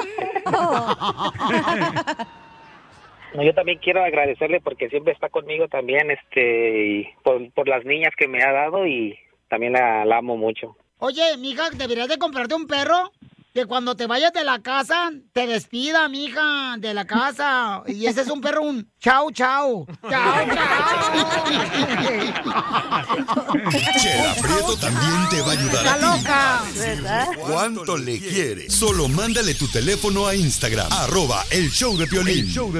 D: No, yo también quiero agradecerle porque siempre está conmigo también, este, y por, por las niñas que me ha dado y también la, la amo mucho.
A: Oye, mija, deberías de comprarte un perro que cuando te vayas de la casa te despida, mija, de la casa. Y ese es un perro, un chau, chau. Chau,
H: Chela Prieto también te va a ayudar
A: Está
H: a ti.
A: loca.
H: ¿Cuánto le quieres? Solo mándale tu teléfono a Instagram. Arroba el show de Piolín.
D: El
H: show de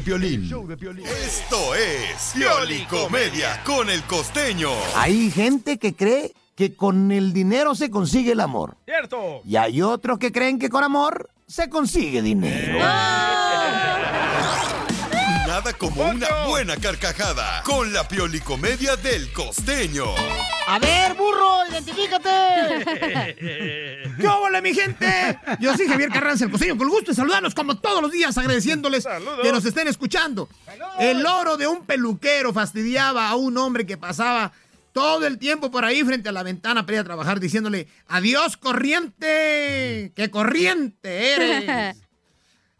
H: Esto es Pioli Comedia con el costeño.
D: Hay gente que cree que con el dinero se consigue el amor.
B: ¡Cierto!
D: Y hay otros que creen que con amor se consigue dinero.
H: Nada como una buena carcajada con la Pioli Comedia del costeño.
A: A ver, burro, identifícate.
M: ¡Qué óvole, mi gente! Yo soy Javier Carranza, el costeño, con el gusto de saludarlos como todos los días, agradeciéndoles que nos estén escuchando. El oro de un peluquero fastidiaba a un hombre que pasaba todo el tiempo por ahí frente a la ventana para ir a trabajar, diciéndole, adiós corriente, que corriente eres.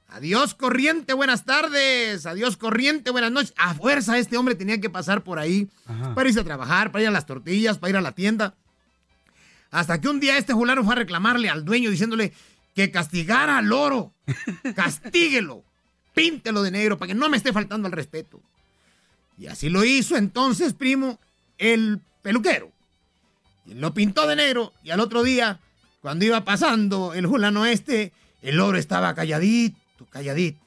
M: Adiós, corriente, buenas tardes. Adiós, corriente, buenas noches. A fuerza, este hombre tenía que pasar por ahí para irse a trabajar, para ir a las tortillas, para ir a la tienda. Hasta que un día este fulano fue a reclamarle al dueño diciéndole que castigara al loro. Castíguelo. Píntelo de negro para que no me esté faltando al respeto. Y así lo hizo entonces, primo, el peluquero. Y Lo pintó de negro y al otro día, cuando iba pasando el fulano este, el loro estaba calladito, calladito.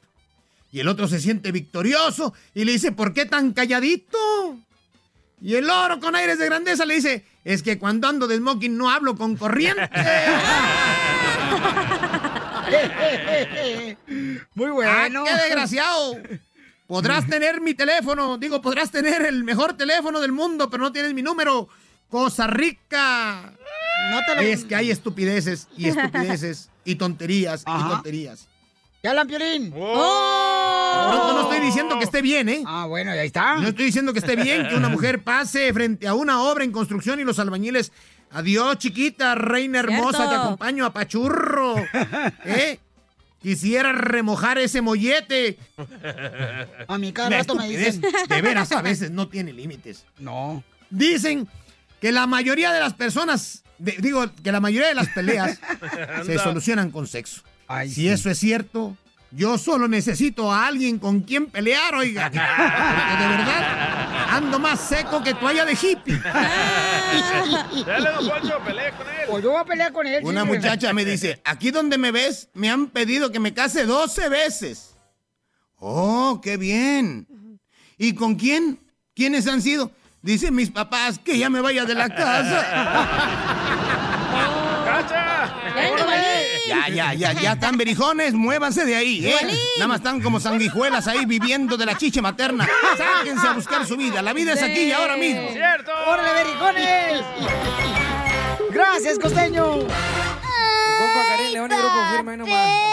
M: Y el otro se siente victorioso y le dice, ¿por qué tan calladito? Y el loro con aires de grandeza le dice, es que cuando ando de smoking no hablo con corriente.
A: Muy bueno.
M: Ah, qué desgraciado. Podrás tener mi teléfono, digo, podrás tener el mejor teléfono del mundo, pero no tienes mi número. Cosa rica. Es que hay estupideces y estupideces y tonterías y tonterías.
A: ¿Qué hablan, Piolín? Oh.
M: No, no estoy diciendo que esté bien, ¿eh?
A: Ah, bueno, ahí está.
M: No estoy diciendo que esté bien que una mujer pase frente a una obra en construcción y los albañiles. Adiós, chiquita, reina hermosa,
A: Cierto.
M: te acompaño a Pachurro. ¿Eh? Quisiera remojar ese mollete.
A: A mí cada rato me
M: estupidez,
A: dicen.
M: De veras, a veces no tiene límites. No. Dicen que la mayoría de las personas, de- digo, que la mayoría de las peleas se solucionan con sexo. si eso es cierto, yo solo necesito a alguien con quien pelear, oiga. Porque de verdad ando más seco que toalla de hippie.
B: Dale, don Poncho, pelea con él.
A: O Pues yo voy a pelear con él.
M: Una
A: sí. pues.
M: muchacha me dice, aquí donde me ves, me han pedido que me case 12 veces. Oh, qué bien. ¿Y con quién? ¿Quiénes han sido? Dicen mis papás que ya me vaya de la casa. Ya, ya, ya, ya están berijones, muévanse de ahí, ¿eh?
A: Piolín.
M: Nada más están como sanguijuelas ahí viviendo de la chiche materna. Sáquense a buscar su vida, la vida es aquí y ahora mismo.
A: ¡Cierto! ¡Órale, verijones! ¡Gracias, costeño!
I: Pongo a Karim León y grupo firme ahí nomás.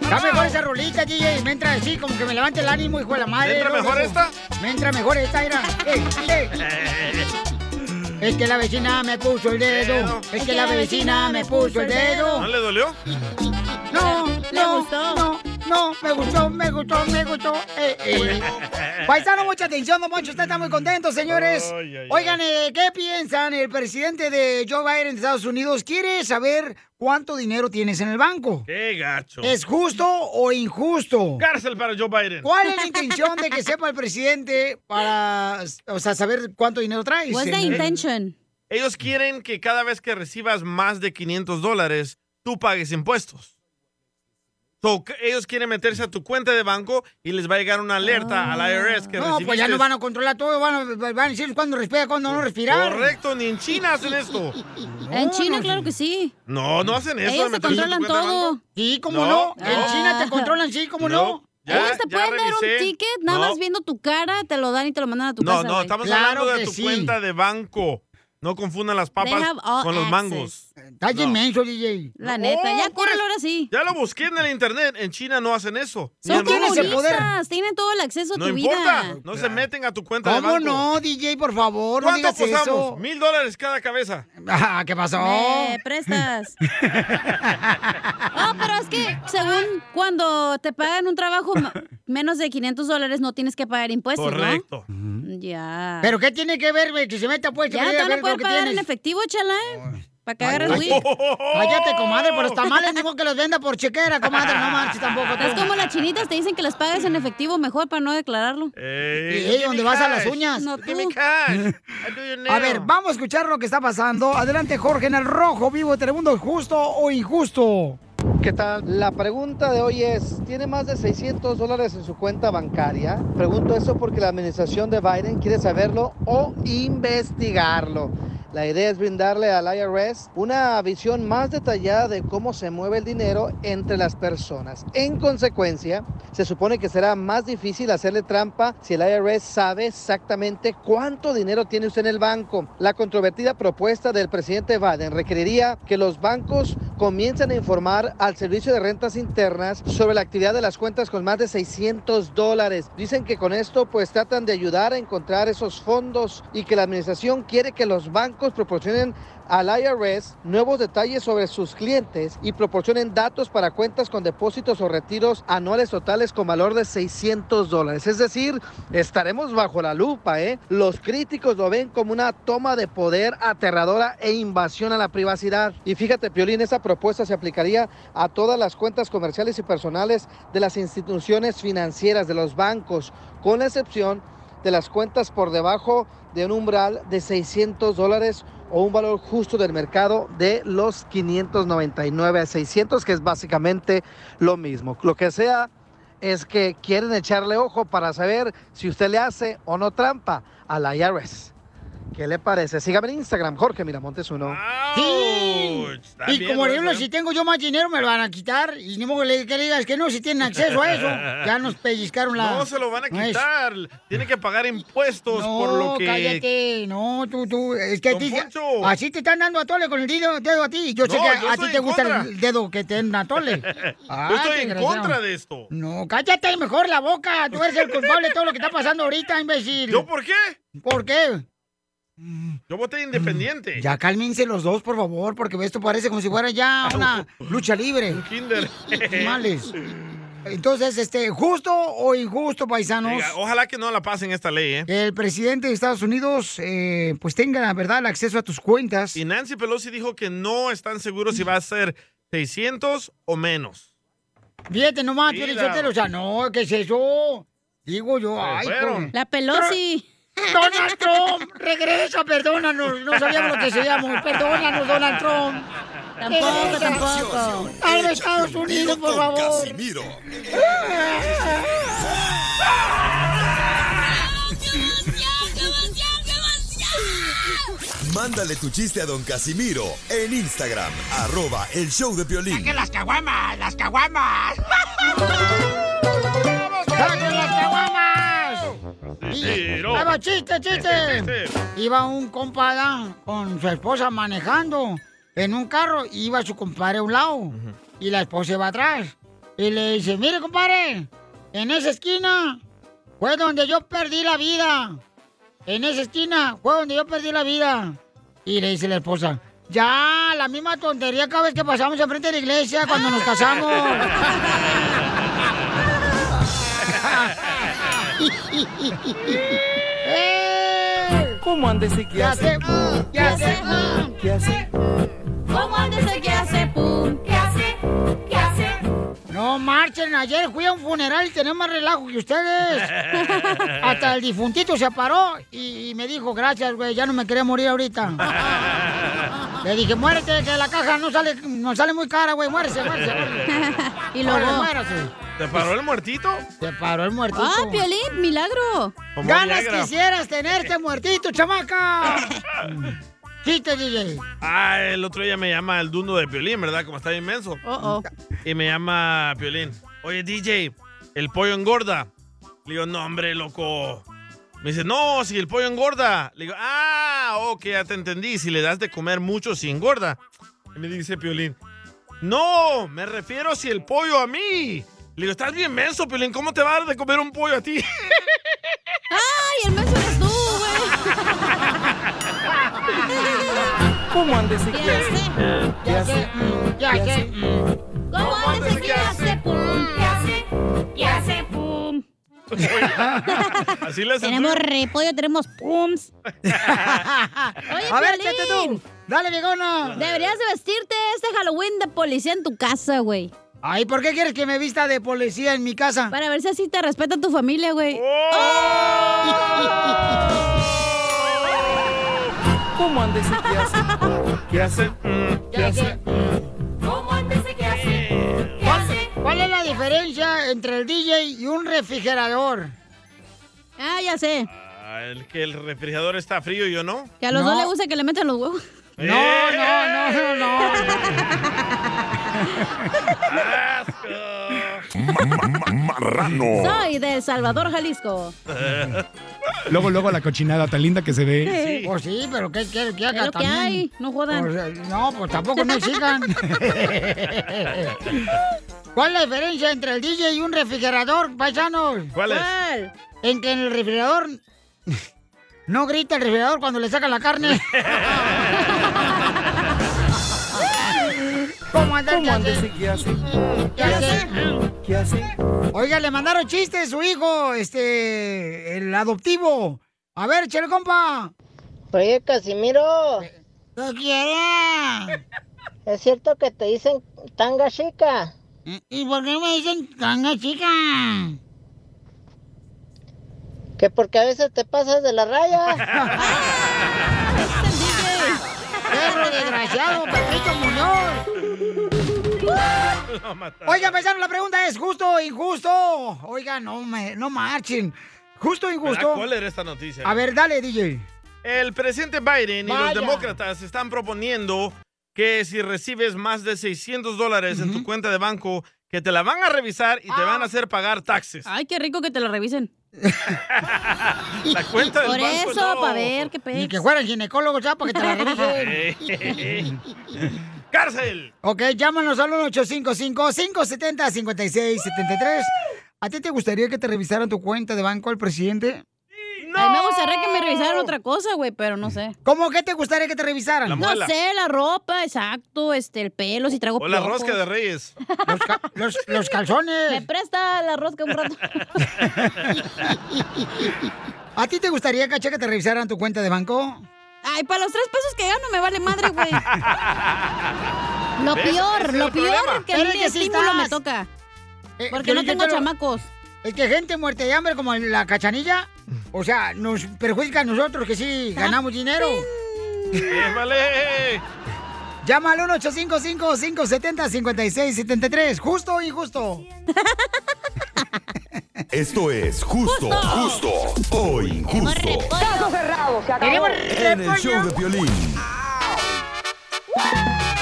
A: Está mejor esa rolita, DJ. Me entra así, como que me levanta el ánimo, hijo de la madre.
B: ¿Le entra mejor esta?
A: Me entra mejor esta, era. Eh, eh. Es que la vecina me puso el dedo. Es que la vecina me puso el dedo.
B: ¿No le dolió?
A: No, no, no, no, me gustó, me gustó, me gustó. Eh, eh. Paisano, mucha atención, don Moncho, usted está muy contento, señores.
B: Ay, ay, ay.
A: Oigan, eh, ¿qué piensan? El presidente de Joe Biden de Estados Unidos quiere saber cuánto dinero tienes en el banco.
B: ¡Qué gacho!
A: ¿Es justo o injusto?
B: Eh. Cárcel para Joe Biden.
A: ¿Cuál es la intención de que sepa el presidente para, o sea, saber cuánto dinero traes?
B: What's the intention? Ellos quieren que cada vez que recibas más de 500 dólares, tú pagues impuestos. So, que- ellos quieren meterse a tu cuenta de banco y les va a llegar una alerta al IRS que
A: No, pues ya no
B: recibiste-
A: van a controlar todo, van a, van a decir cuándo respira, cuándo no respirar.
B: Correcto, ni en China hacen esto.
C: en China, claro que sí.
B: No, no hacen eso.
C: Ellos
B: de
C: se
B: meterse a tu
C: controlan
B: cuenta de
C: todo.
B: banco.
A: Sí,
B: cómo No, no.
A: En China te controlan, sí, cómo no.
B: Ya,
C: Ellos te
B: ya
C: pueden dar
B: revisé.
C: un ticket, nada
B: No.
C: más viendo tu cara, te lo dan y te lo mandan a tu
B: No,
C: casa.
B: no,
C: güey.
B: estamos hablando de tu cuenta de banco. No confundan las papas
C: They have all
B: con los
C: access.
B: mangos.
A: Está
B: No. pues,
A: inmenso, DJ.
C: La neta, ya córrelo ahora sí.
B: Ya lo busqué en el internet. En China no hacen eso. Ni
C: Son
B: en Rusia.
C: comunistas, tienen todo el acceso a
B: No
C: tu
B: importa.
C: vida.
B: No se meten a tu cuenta de
A: ¿Cómo
B: banco.
A: no, DJ, por favor? No
B: ¿Cuánto
A: digas eso.
B: costamos? Mil dólares cada cabeza.
A: Ah, ¿qué pasó?
C: Me prestas. Oh, pero es que según cuando te pagan un trabajo ma- menos de 500 dólares no tienes que pagar
A: Pues
C: impuestos,
B: Correcto.
C: ¿no? Ya.
A: ¿Pero qué tiene que ver, güey? Que se meta pues.
C: Ya
A: que
C: no
A: vaya
C: te
A: a
C: van a
A: ver
C: poder
A: lo que
C: pagar en
A: tienes.
C: efectivo, chala, ¿eh? Para que agarres
A: Ay,
C: güey.
A: Cállate, comadre, por los tamales digo que los venda por chequera, comadre. No marches tampoco.
C: Es como las chinitas, te dicen que las pagas en efectivo mejor para no declararlo.
A: ¿Y ey, dónde vas a las uñas?
C: No, tú.
B: Ah,
A: A ver, vamos a escuchar lo que está pasando. Adelante, Jorge, en el rojo vivo de Telemundo, justo o injusto.
D: ¿Qué tal? La pregunta de hoy es, ¿tiene más de 600 dólares en su cuenta bancaria? Pregunto eso porque la administración de Biden quiere saberlo o investigarlo. La idea es brindarle al IRS una visión más detallada de cómo se mueve el dinero entre las personas. En consecuencia, se supone que será más difícil hacerle trampa si el IRS sabe exactamente cuánto dinero tiene usted en el banco. La controvertida propuesta del presidente Biden requeriría que los bancos comiencen a informar al Servicio de Rentas Internas sobre la actividad de las cuentas con más de 600 dólares. Dicen que con esto pues tratan de ayudar a encontrar esos fondos y que la administración quiere que los bancos bancos proporcionen al IRS nuevos detalles sobre sus clientes y proporcionen datos para cuentas con depósitos o retiros anuales totales con valor de 600 dólares. Es decir, estaremos bajo la lupa, ¿eh? Los críticos lo ven como una toma de poder aterradora e invasión a la privacidad. Y fíjate, Piolín, esa propuesta se aplicaría a todas las cuentas comerciales y personales de las instituciones financieras, de los bancos, con la excepción de las cuentas por debajo de un umbral de 600 dólares o un valor justo del mercado de los 599 a 600, que es básicamente lo mismo. Lo que sea es que quieren echarle ojo para saber si usted le hace o no trampa a la IRS. ¿Qué le parece? Sígame en Instagram, Jorge Miramontes uno.
A: Sí. Y como por ejemplo, si tengo yo más dinero, me lo van a quitar. Y ni modo que le que le digas que no, si tienen acceso a eso. Ya nos pellizcaron la.
B: No se lo van a
A: no es-
B: quitar. Tienen que pagar impuestos
A: No,
B: por lo que.
A: cállate. No, tú, tú. Es que a
B: Don
A: ti-
B: Poncho.
A: así te están dando a tole con el dedo, dedo a ti. Yo sé
B: No,
A: que a-
B: yo
A: a
B: estoy
A: ti te
B: en
A: gusta
B: contra.
A: el dedo que te den a tole. Ah,
B: Yo estoy en
A: desgraciado.
B: contra de esto.
A: No, cállate mejor la boca. Tú eres el culpable de todo lo que está pasando ahorita, imbécil.
B: ¿Yo por qué?
A: ¿Por qué?
B: Yo voté independiente.
A: Ya cálmense los dos, por favor, porque esto parece como si fuera ya una lucha libre.
B: Kinder.
A: Males. Entonces, este, justo o injusto, paisanos.
B: Oiga, Ojalá que no la pasen esta ley, ¿eh?
A: que el presidente de Estados Unidos eh, pues tenga la verdad el acceso a tus cuentas.
B: Y Nancy Pelosi dijo que no están seguros si va a ser 600 o menos.
A: Fíjate nomás,
B: Sí,
A: Piolín
B: la-
A: Sotelo, o sea, no, ¿qué es eso? Digo yo, ay,
B: fueron.
A: La Pelosi. Donald Trump, regresa, perdónanos, no sabíamos lo que seríamos, perdónanos, Donald Trump.
C: Tampoco,
A: tampoco. A los Estados Unidos, por favor.
H: Casimiro. Mándale tu chiste a don Casimiro en Instagram, arroba el show de violín.
A: las caguamas, las caguamas. ¡Saquen las caguamas! Ahí va, chiste, chiste. Iba un compadre con su esposa manejando en un carro, iba su compadre a un lado y la esposa iba atrás. Y le dice, mire compadre, en esa esquina fue donde yo perdí la vida. En esa esquina fue donde yo perdí la vida. Y le dice la esposa, ya, la misma tontería cada vez que pasamos enfrente de la iglesia cuando nos casamos.
I: ¿Cómo andes y qué hace?
A: ¿Qué hace?
I: ¿Qué hace?
C: ¿Cómo andas aquí hace pum? ¿Qué hace? ¿Qué hace?
A: No marchen, ayer fui a un funeral y tenía más relajo que ustedes. Hasta el difuntito se paró y, y me dijo, gracias, güey, ya no me quería morir ahorita. Le dije, muérete, que la caja no sale, no sale muy cara, güey, muérese, muérese.
C: Y luego-
A: Órale, muérase.
B: ¿Te paró el muertito?
A: Te paró el muertito.
C: ¡Ah, Piolín! ¡Milagro!
B: Como
A: Ganas
B: Viagra.
A: quisieras tenerte muertito, chamaca. Chiste, DJ.
B: Ah, el otro día me llama el dundo de Piolín, ¿verdad? Como está inmenso.
C: Oh, oh.
B: Y me llama Piolín. Oye, DJ, el pollo engorda. Le digo, no, hombre, loco. Me dice, no, si el pollo engorda. Le digo, ah, ok, ya te entendí. Si le das de comer mucho, si engorda. Y me dice Piolín, no, me refiero si el pollo a mí. Le digo, estás bien menso, Piolín. ¿Cómo te va a dar de comer un pollo a ti?
C: ¡Ay, el menso eres tú,
I: ¿Cómo andes y
C: ¿Qué
I: qué hace? ¿Qué hace?
A: güey! Ya sé.
C: ¿Cómo andas aquí hace pum? ¿Qué hace? ¿Qué hace pum?
B: Así le hacen.
C: Tenemos repollo, tenemos pums. Oye,
B: A ver,
C: Piolín,
B: échate
A: Dale, viejona.
C: Deberías de vestirte este Halloween de policía en tu casa, güey.
A: Ay, ¿por qué quieres que me vista de policía en mi casa?
C: Para ver si así te respeta tu familia, güey.
I: ¿Cómo andes y qué hace?
B: ¿Qué hace?
I: ¿Qué hace?
C: ¿Cómo andas aquí hace?
A: ¿Cuál, cuál es la diferencia entre el DJ y un refrigerador?
C: Ah, ya sé.
B: Ah, el que el refrigerador está frío y yo no.
C: Que a los
B: No.
C: dos les gusta que le metan los huevos.
B: ¡Eh!
A: no, no, no.
G: Marrano.
C: Soy de El Salvador, Jalisco.
G: Luego, luego la cochinada tan linda que se ve.
A: Pues sí, pero ¿qué quiere que
C: Es
A: haga
C: lo que
A: también?
C: hay, no jodan.
A: Pues, eh, no, pues tampoco no exijan. ¿Cuál es la diferencia entre el DJ y un refrigerador, paisanos?
B: ¿Cuál es?
C: ¿Cuál?
A: En que en el refrigerador No grita el refrigerador cuando le sacan la carne. ¿Cómo andas?
J: ¿Cómo andas? ¿Qué hace?
A: ¿Qué hace? Oiga, le mandaron chistes su hijo, este, el adoptivo. A ver, chelo compa.
F: Oye, Casimiro.
A: ¿Qué quiere?
F: ¿Es cierto que te dicen tanga chica?
A: ¿Y por qué me dicen tanga chica?
F: Que porque a veces te pasas de la raya.
A: ¡Perro desgraciado, Pepito Muñoz! Oigan, paisanos, la pregunta es, ¿justo o injusto? Oigan, no, me, no marchen. ¿Justo o
B: Me da
A: injusto?
B: cólera esta noticia.
A: A ver, dale, DJ.
B: El presidente Biden y
A: Vaya.
B: los demócratas están proponiendo que si recibes más de 600 dólares en tu cuenta de banco, que te la van a revisar y te van a
C: Ah.
B: hacer pagar taxes.
C: Ay, qué rico que te la revisen.
B: La cuenta del
C: Por
B: banco
C: eso,
B: no.
C: para ver qué
A: Ni
C: pex.
A: que fuera el ginecólogo ya, para que te la revisen.
B: ¡Cárcel!
A: Ok, llámanos al 1-855-570-5673. ¿A ti te gustaría que te revisaran tu cuenta de banco el presidente?
C: A mí me gustaría que me revisaran otra cosa, güey, pero no sé.
A: ¿Cómo que te gustaría que te revisaran? La
C: no
A: muela.
C: sé, la ropa, exacto, este, el pelo, si traigo
B: O la
C: piojos.
B: rosca de reyes.
A: Los, los calzones.
C: Me presta la rosca un rato.
A: ¿A ti te gustaría, Cacha, que te revisaran tu cuenta de banco?
C: Ay, para los tres pesos que gano me vale madre, güey. Lo
A: ¿Ves? Ese
C: peor,
A: es
C: lo
A: el
C: peor
A: problema.
C: que a mí
A: Pero es
C: el
A: que sí
C: estímulo me
A: estás.
C: toca.
A: Eh,
C: Porque no
A: Piolín,
C: tengo
A: yo te lo-
C: chamacos.
A: Es que gente muerta de hambre como la cachanilla, o sea, nos perjudica a nosotros que sí ganamos dinero.
B: ¡Vale!
A: Llama al 1-855-570-5673. ¿Justo o injusto?
H: Esto es justo, justo o injusto.
A: Caso cerrado. Eh,
H: En el show de violín.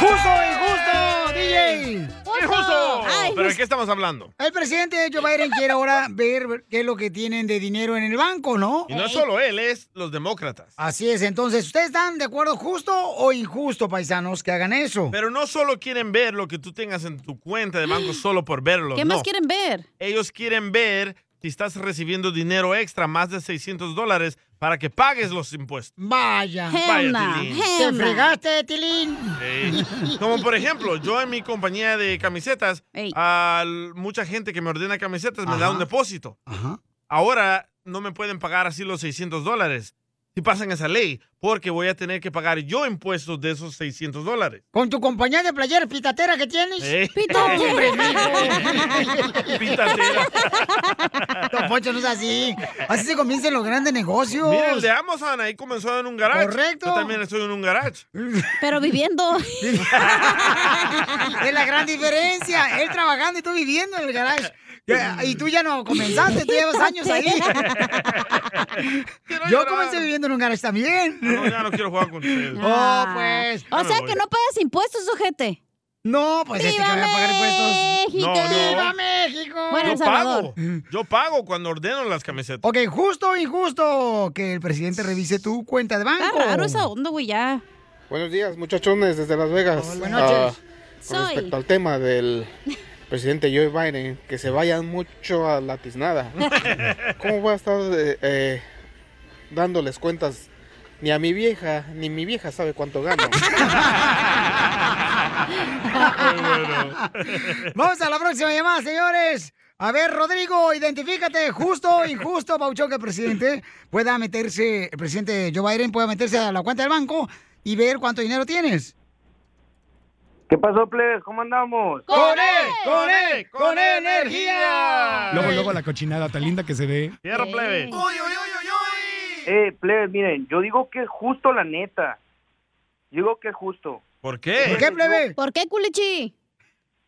A: ¡Justo o injusto, DJ!
B: ¡Injusto! ¿Pero de qué estamos hablando?
A: El presidente Joe Biden quiere ahora ver qué es lo que tienen de dinero en el banco, ¿no?
B: Y no es solo él, es los demócratas.
A: Así es, entonces, ¿ustedes están de acuerdo justo o injusto, paisanos, que hagan eso?
B: Pero no solo quieren ver lo que tú tengas en tu cuenta de banco solo por verlo.
C: ¿Qué
B: no.
C: más quieren ver?
B: Ellos quieren ver si estás recibiendo dinero extra, más de 600 dólares, para que pagues los impuestos.
A: Vaya.
B: Vaya, Tilín.
A: Te fregaste, Tilín.
B: Sí. Como por ejemplo, yo en mi compañía de camisetas, al- mucha gente que me ordena camisetas me da un depósito. Ahora no me pueden pagar así los 600 dólares. Si pasan esa ley, porque voy a tener que pagar yo impuestos de esos 600 dólares.
A: Con tu compañía de playeras pitatera que tienes.
B: Sí.
A: Hombre,
B: mijo.
A: Don Poncho, no es así. Así se comienzan los grandes negocios.
B: Mira, el de Amazon ahí comenzó en un garage.
A: Correcto.
B: Yo también estoy en un garage.
C: Pero viviendo.
A: Es la gran diferencia. Él trabajando y tú viviendo en el garage. Ya, Y tú ya no comenzaste, tú llevas años ahí. Yo comencé viviendo en un garage también.
B: No, ya Ah, no quiero jugar con ustedes.
A: Oh, pues.
C: Ah. O sea que no pagas impuestos, ojete.
A: No, pues
C: este que voy a pagar impuestos. México!
B: No, no.
C: ¡Viva
A: México!
C: Bueno,
B: yo
C: El Salvador.
B: pago. Yo pago cuando ordeno las camisetas.
A: Ok, justo o injusto que el presidente revise tu cuenta de banco.
C: Está raro esa onda, güey, ya.
L: Buenos días, muchachones desde Las Vegas.
C: Buenas
L: Ah,
C: noches.
L: con
C: Soy-
L: respecto al tema del presidente Joe Biden, que se vayan mucho a la tiznada. ¿Cómo voy a estar eh, eh, dándoles cuentas? Ni a mi vieja, ni mi vieja sabe cuánto gano.
A: Vamos a la próxima llamada, señores. A ver, Rodrigo, identifícate, justo o injusto, Pauchón, que el presidente pueda meterse, el presidente Joe Biden pueda meterse a la cuenta del banco y ver cuánto dinero tienes.
N: ¿Qué pasó, plebes? ¿Cómo andamos?
C: E,
A: ¡Con él! ¡Con él! ¡Con
K: energía! Luego, luego la cochinada tan linda que se ve.
B: Tierra plebe.
N: Eh, plebes, miren, yo digo que es justo, la neta. Yo digo que es justo.
B: ¿Por qué?
C: ¿Por qué,
A: plebe?
C: ¿Por qué, culichi?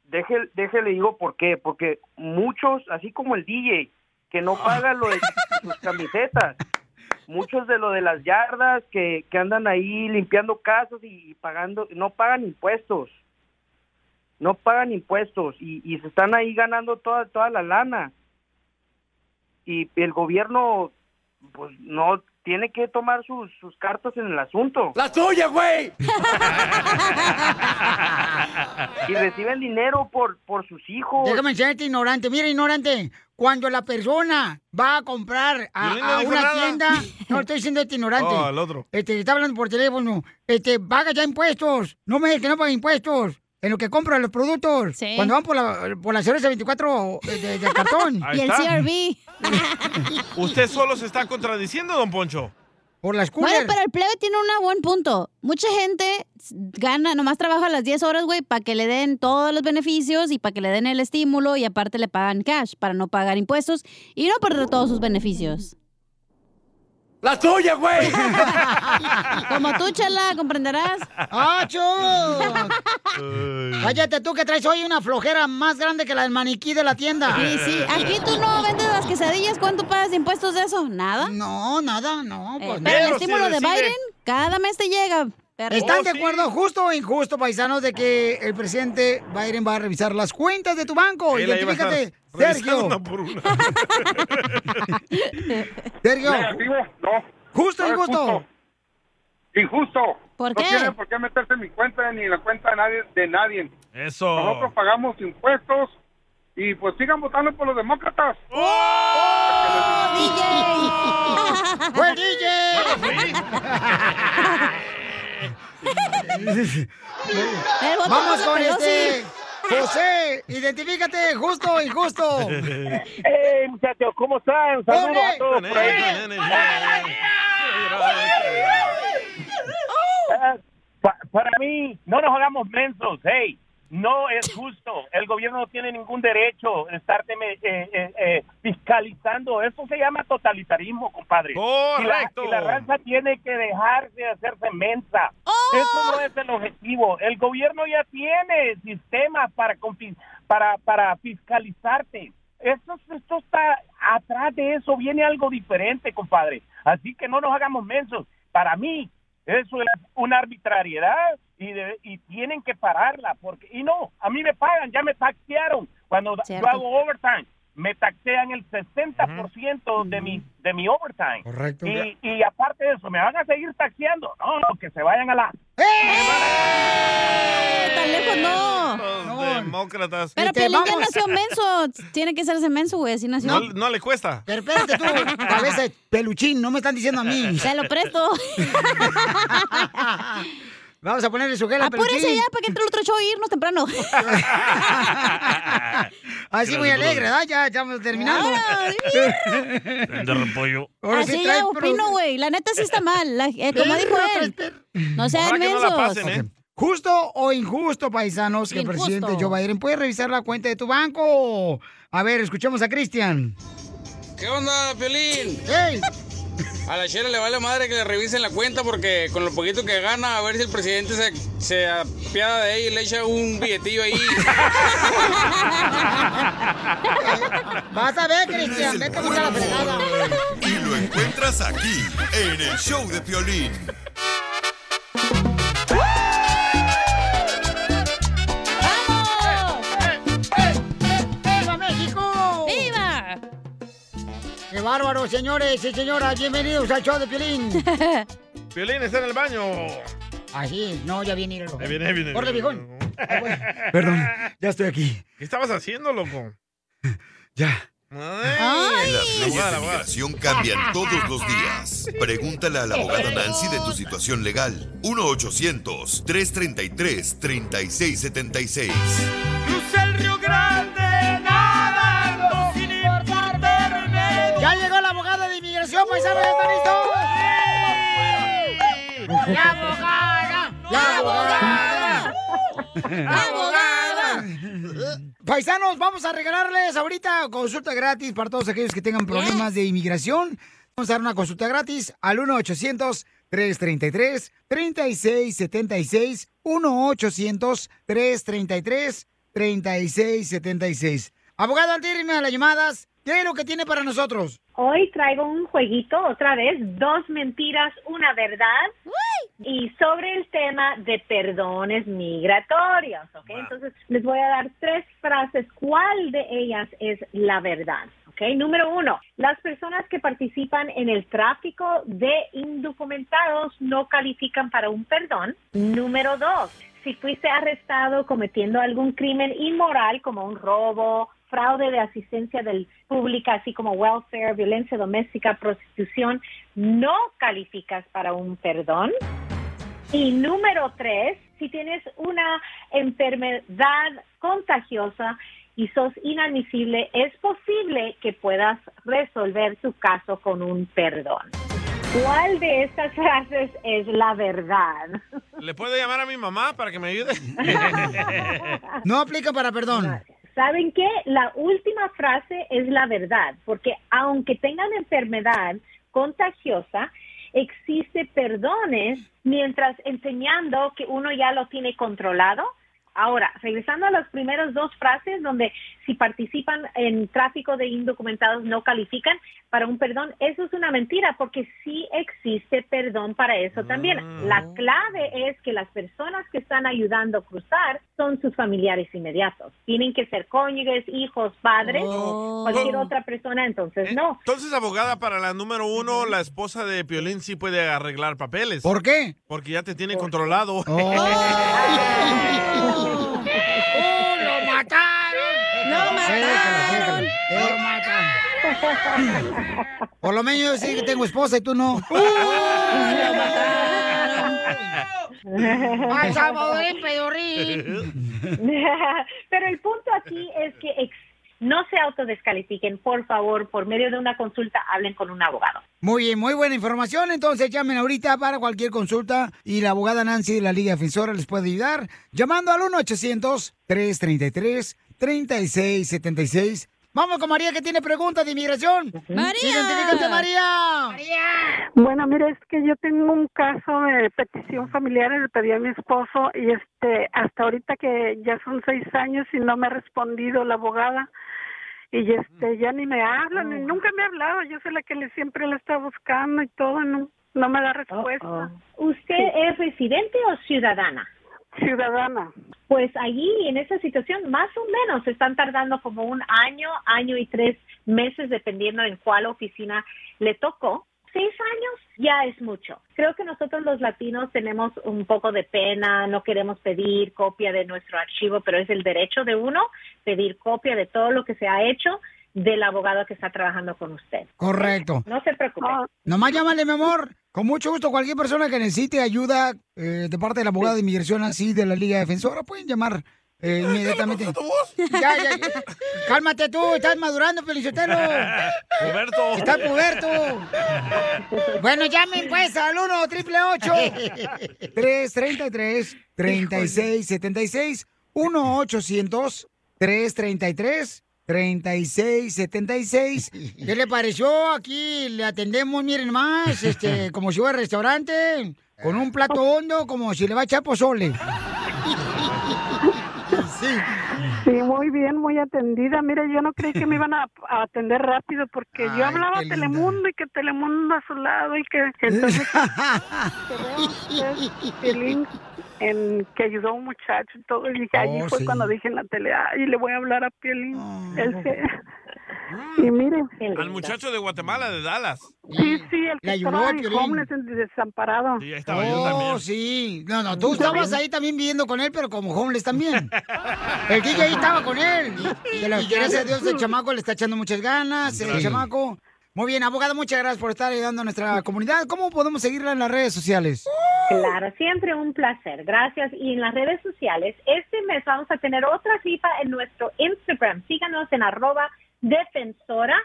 N: Déjele, déjele digo por qué. Porque muchos, así como el DJ, que no paga lo de sus camisetas, muchos de lo de las yardas que, que andan ahí limpiando casas y, y pagando, no pagan impuestos. No pagan impuestos y, y se están ahí ganando toda, toda la lana. Y el gobierno, pues no tiene que tomar sus, sus cartas en el asunto.
J: ¡La tuya, güey!
N: y reciben dinero por, por sus hijos.
A: Déjame enseñarte, ignorante. Mira, ignorante. Cuando la persona va a comprar a,
N: Yo no
A: a
N: dijo
A: una
N: nada.
A: tienda, no estoy diciendo este ignorante.
B: Oh, al otro.
A: Este, está hablando por teléfono. Este, paga ya impuestos. No me digas que no paga impuestos. En lo que compra los productos. Cuando van por la, por la cerveza 24 de, de- de cartón.
B: Ahí Y el está.
A: CRB.
B: Usted solo se está contradiciendo, don Poncho.
A: Por las
C: Bueno, pero el plebe tiene un buen punto. Mucha gente s- gana, nomás trabaja las 10 horas, güey, para que le den todos los beneficios y para que le den el estímulo y aparte le pagan cash para no pagar impuestos y no perder todos sus beneficios.
J: ¡La tuya, güey!
C: Como tú, Chela, comprenderás.
A: ¡Acho! Ah, Cállate tú que traes hoy una flojera más grande que la del maniquí de la tienda.
C: Sí, sí. Aquí tú no vendes las quesadillas. ¿Cuánto pagas de impuestos de eso? ¿Nada? Eh,
A: No, nada, no.
C: pero
A: pues
C: el
A: no.
C: estímulo de
A: Pero sí recibe.
C: Biden cada mes te llega. perro.
J: Oh,
A: ¿Están de acuerdo, justo o injusto, paisanos, de que el presidente Biden va a revisar las cuentas de tu banco?
J: Él ahí va a estar
A: Identifícate,
J: revisando
A: Sergio.
J: una
A: Sergio.
T: Negativo, no.
A: Justo,
T: No es
A: injusto.
T: justo. Injusto.
C: ¿Por
T: No tiene por qué meterse en mi cuenta ni en la cuenta de nadie. De nadie.
B: Eso.
T: Nosotros pagamos impuestos y pues sigan votando por los demócratas.
A: Oh, ¡Fue DJ!
J: botón
A: Vamos
J: se
A: con
J: pegó,
A: este.
J: sí.
A: José, identifícate, justo o injusto.
U: Hey, muchachos, ¿cómo están? Saludos a todos pues. por ahí. Eh, pa- para mí, no nos hagamos mensos, hey. No es justo. El gobierno no tiene ningún derecho a estar teme- eh, eh, eh, fiscalizando. Eso se llama totalitarismo, compadre.
J: Correcto.
U: Y la, y la raza tiene que dejar de hacerse mensa. Eso no es el objetivo. El gobierno ya tiene sistemas para, confi- para, para fiscalizarte. Esto, esto está atrás de eso, viene algo diferente, compadre. Así que no nos hagamos mensos. Para mí, eso es una arbitrariedad y, de- y tienen que pararla. porque Y no, a mí me pagan, ya me taxearon. Cuando
C: Cierto.
U: yo hago overtime, me taxean el 60% de, mi, de mi overtime.
J: Correcto.
U: Y, y aparte de eso, ¿me van a seguir taxeando? No, que se vayan a la...
C: ¡Eh! ¡Tan lejos no!
B: Demócratas.
C: Pero
A: Este,
C: Piolín ya nació menso. Tiene que hacerse menso, güey. Así nació.
B: No, no le cuesta.
A: Pero espérate tú, cabeza de peluchín, no me están diciendo a mí.
C: Te lo presto.
A: Vamos a ponerle su gel a
C: Apúrese
A: peluchín.
C: ya para que entre el otro show e irnos temprano.
A: Así muy alegre, ¿verdad? Ya estamos terminando.
B: Vender pollo.
A: Ahora sí
C: Así
A: traes
C: ya opino,
A: produ-
C: güey. La neta sí está mal. La- eh, como dijo
A: Perro,
C: él.
A: traes
C: No sean mensos.
A: Ok. ¿eh? Justo o injusto, paisanos, que el
C: Injusto.
A: presidente Joe Biden puede revisar la cuenta de tu banco. A ver, escuchemos a Cristian.
E: ¿Qué onda, Piolín?
A: ¡Ey!
E: A la chela le vale madre que le revisen la cuenta porque con lo poquito que gana, a ver si el presidente se, se apiada de ella y le echa un billetillo ahí.
A: Vas a ver, Cristian, vete a buscar la fregada.
H: Y lo encuentras aquí, en el show de Piolín.
A: ¡Viva México!
C: ¡Viva!
A: ¡Qué bárbaro, señores y señoras! Bienvenidos al show de Piolín.
B: Piolín está en el baño.
A: Así, no, ya viene. Íralo.
B: Ahí viene, ahí viene.
A: Corre, viejón.
B: Perdón,
A: ya estoy aquí.
B: ¿Qué estabas haciendo, loco?
H: Ya.
B: Ay.
H: Las leyes de
B: Guarda, guarda.
H: migración cambian todos los días. Pregúntale a la abogada Nancy de tu situación legal. 1-800-333-3676.
J: Crucé el Río Grande nadando sin importarme.
A: ¡Ya llegó la abogada de inmigración, paisanos! ¿Ya están listos? ¡La abogada! ¡La abogada! ¡La abogada! Paisanos, vamos a regalarles ahorita consulta gratis para todos aquellos que tengan problemas de inmigración. Vamos a dar una consulta gratis al 1-800-333-3676. 1-800-333-3676. Abogada, antes de irme a las llamadas, ¿qué es lo que tiene para nosotros?
O: Hoy traigo un jueguito otra vez, dos mentiras, una verdad, y sobre el tema de perdones migratorios, ¿ok? Entonces les voy a dar tres frases, ¿cuál de ellas es la verdad? ¿Ok? ¿ok? Número uno, las personas que participan en el tráfico de indocumentados no califican para un perdón. Número dos, si fuiste arrestado cometiendo algún crimen inmoral como un robo, fraude de asistencia del pública, así como welfare, violencia doméstica, prostitución, no calificas para un perdón. Y número tres, si tienes una enfermedad contagiosa y sos inadmisible, es posible que puedas resolver tu caso con un perdón. ¿Cuál de estas frases es la verdad?
B: ¿Le puedo llamar a mi mamá para que me ayude?
A: No aplica para perdón.
O: Ah, ¿Saben qué? La última frase es la verdad, porque aunque tengan enfermedad contagiosa, existe perdones mientras enseñando que uno ya lo tiene controlado. Ahora, regresando a las primeras dos frases donde si participan en tráfico de indocumentados no califican para un perdón, eso es una mentira porque sí existe perdón para eso también. La clave es que las personas que están ayudando a cruzar son sus familiares inmediatos. Tienen que ser cónyuges, hijos, padres, cualquier otra persona, entonces no.
B: Entonces, abogada, para la número uno, la esposa de Piolín sí puede arreglar papeles.
A: ¿Por qué? Oh.
B: Porque ya te tiene controlado.
A: ¡Lo mataron! ¡Lo mataron! ¡Lo mataron! Por lo menos yo sí que tengo esposa y tú no. ¡Lo mataron!
O: Ay,
A: Salvadorín,
O: Pero el punto aquí es que ex- no se autodescalifiquen, por favor, por medio de una consulta hablen con un abogado.
A: Muy bien, muy buena información. Entonces llamen ahorita para cualquier consulta y la abogada Nancy de la Liga Defensora les puede ayudar llamando al 1-800-333-3676. Vamos con María que tiene preguntas de inmigración.
J: ¡María!
A: ¡Identifícate, María!
X: Bueno, mire, es que yo tengo un caso de petición familiar, le pedí a mi esposo y este, hasta ahorita que ya son seis años y no me ha respondido la abogada y este, ya ni me hablan,
O: Oh.
X: ni nunca me ha hablado, yo soy la que le siempre la está buscando y todo, no, no me da respuesta.
O: ¿Usted es residente o ciudadana?
X: Ciudadana.
O: Pues allí, en esa situación, más o menos se están tardando como un año, año y tres meses, dependiendo en cuál oficina le tocó. Seis años ya es mucho. Creo que nosotros los latinos tenemos un poco de pena, no queremos pedir copia de nuestro archivo, pero es el derecho de uno pedir copia de todo lo que se ha hecho del abogado que está trabajando con usted.
A: Correcto.
O: No se preocupe.
A: Nomás llámale, mi amor. Con mucho gusto, cualquier persona que necesite ayuda eh, de parte de la abogada de inmigración así de la Liga Defensora, pueden llamar eh, inmediatamente. Ya, ya, ya. Cálmate tú, estás madurando, Felicitero.
J: Roberto.
A: Está puberto. Bueno, llamen pues al 1 triple 333 3676 1 800 333 3676 ¿Qué le pareció? Aquí le atendemos, miren más, este, como si fuera restaurante, con un plato hondo, como si le va a echar pozole. Sí.
X: Sí, muy bien, muy atendida. Mira, yo no creí que me iban a, a atender rápido porque
A: Ay,
X: yo hablaba
A: qué
X: a
A: linda.
X: Telemundo y que Telemundo a su lado y que entonces que veo usted, Piolín, en que ayudó a un muchacho y todo. Y dije, allí
J: Oh,
X: fue
J: sí.
X: cuando dije en la tele, ay, le voy a hablar a Piolín. Él se- Y mire,
B: Al muchacho de Guatemala, de Dallas.
X: sí, sí, el
B: Le
X: que
B: ayudó
X: estaba
B: a
X: en
B: Piolín.
X: homeless, en- desamparado.
B: Sí, ahí estaba yo
A: Oh,
B: también.
A: sí. No, no, tú estabas ahí también viviendo con él, pero como homeless también. El DJ ahí estaba con él. Y, que la-
X: Y ya-
A: gracias a Dios el chamaco le está echando muchas ganas, el
X: Gracias.
A: chamaco. Muy bien, abogado, muchas gracias por estar ayudando a nuestra comunidad. ¿Cómo podemos seguirla en las redes sociales?
O: Claro, siempre un placer. Gracias. Y en las redes sociales, este mes vamos a tener otra rifa en nuestro Instagram. Síganos en arroba defensora.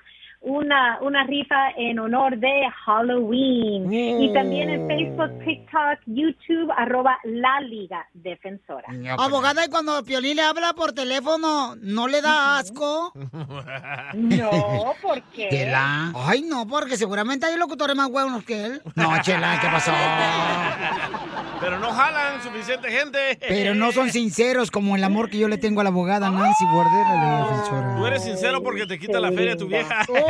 O: Una, una rifa en honor de Halloween. Y también en Facebook, TikTok, YouTube, arroba la Liga Defensora.
A: Abogada, y cuando Piolín le habla por teléfono, ¿no le da asco?
O: No, ¿por qué?
A: Chela. Ay, no, porque seguramente hay locutores más buenos que él. No, Chela, ¿qué pasó?
B: Pero no jalan suficiente gente.
A: Pero no son sinceros como el amor que yo le tengo a la abogada Nancy Guardera, la defensora.
B: Tú eres sincero porque te quita la feria tu vieja.
X: Oh.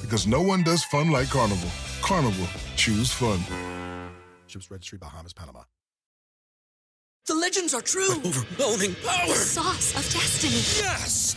Y: Because no one does fun like Carnival. Carnival, choose fun. Ships Registry, Bahamas, Panama.
P: The legends are true. overwhelming power! sauce of destiny. Yes!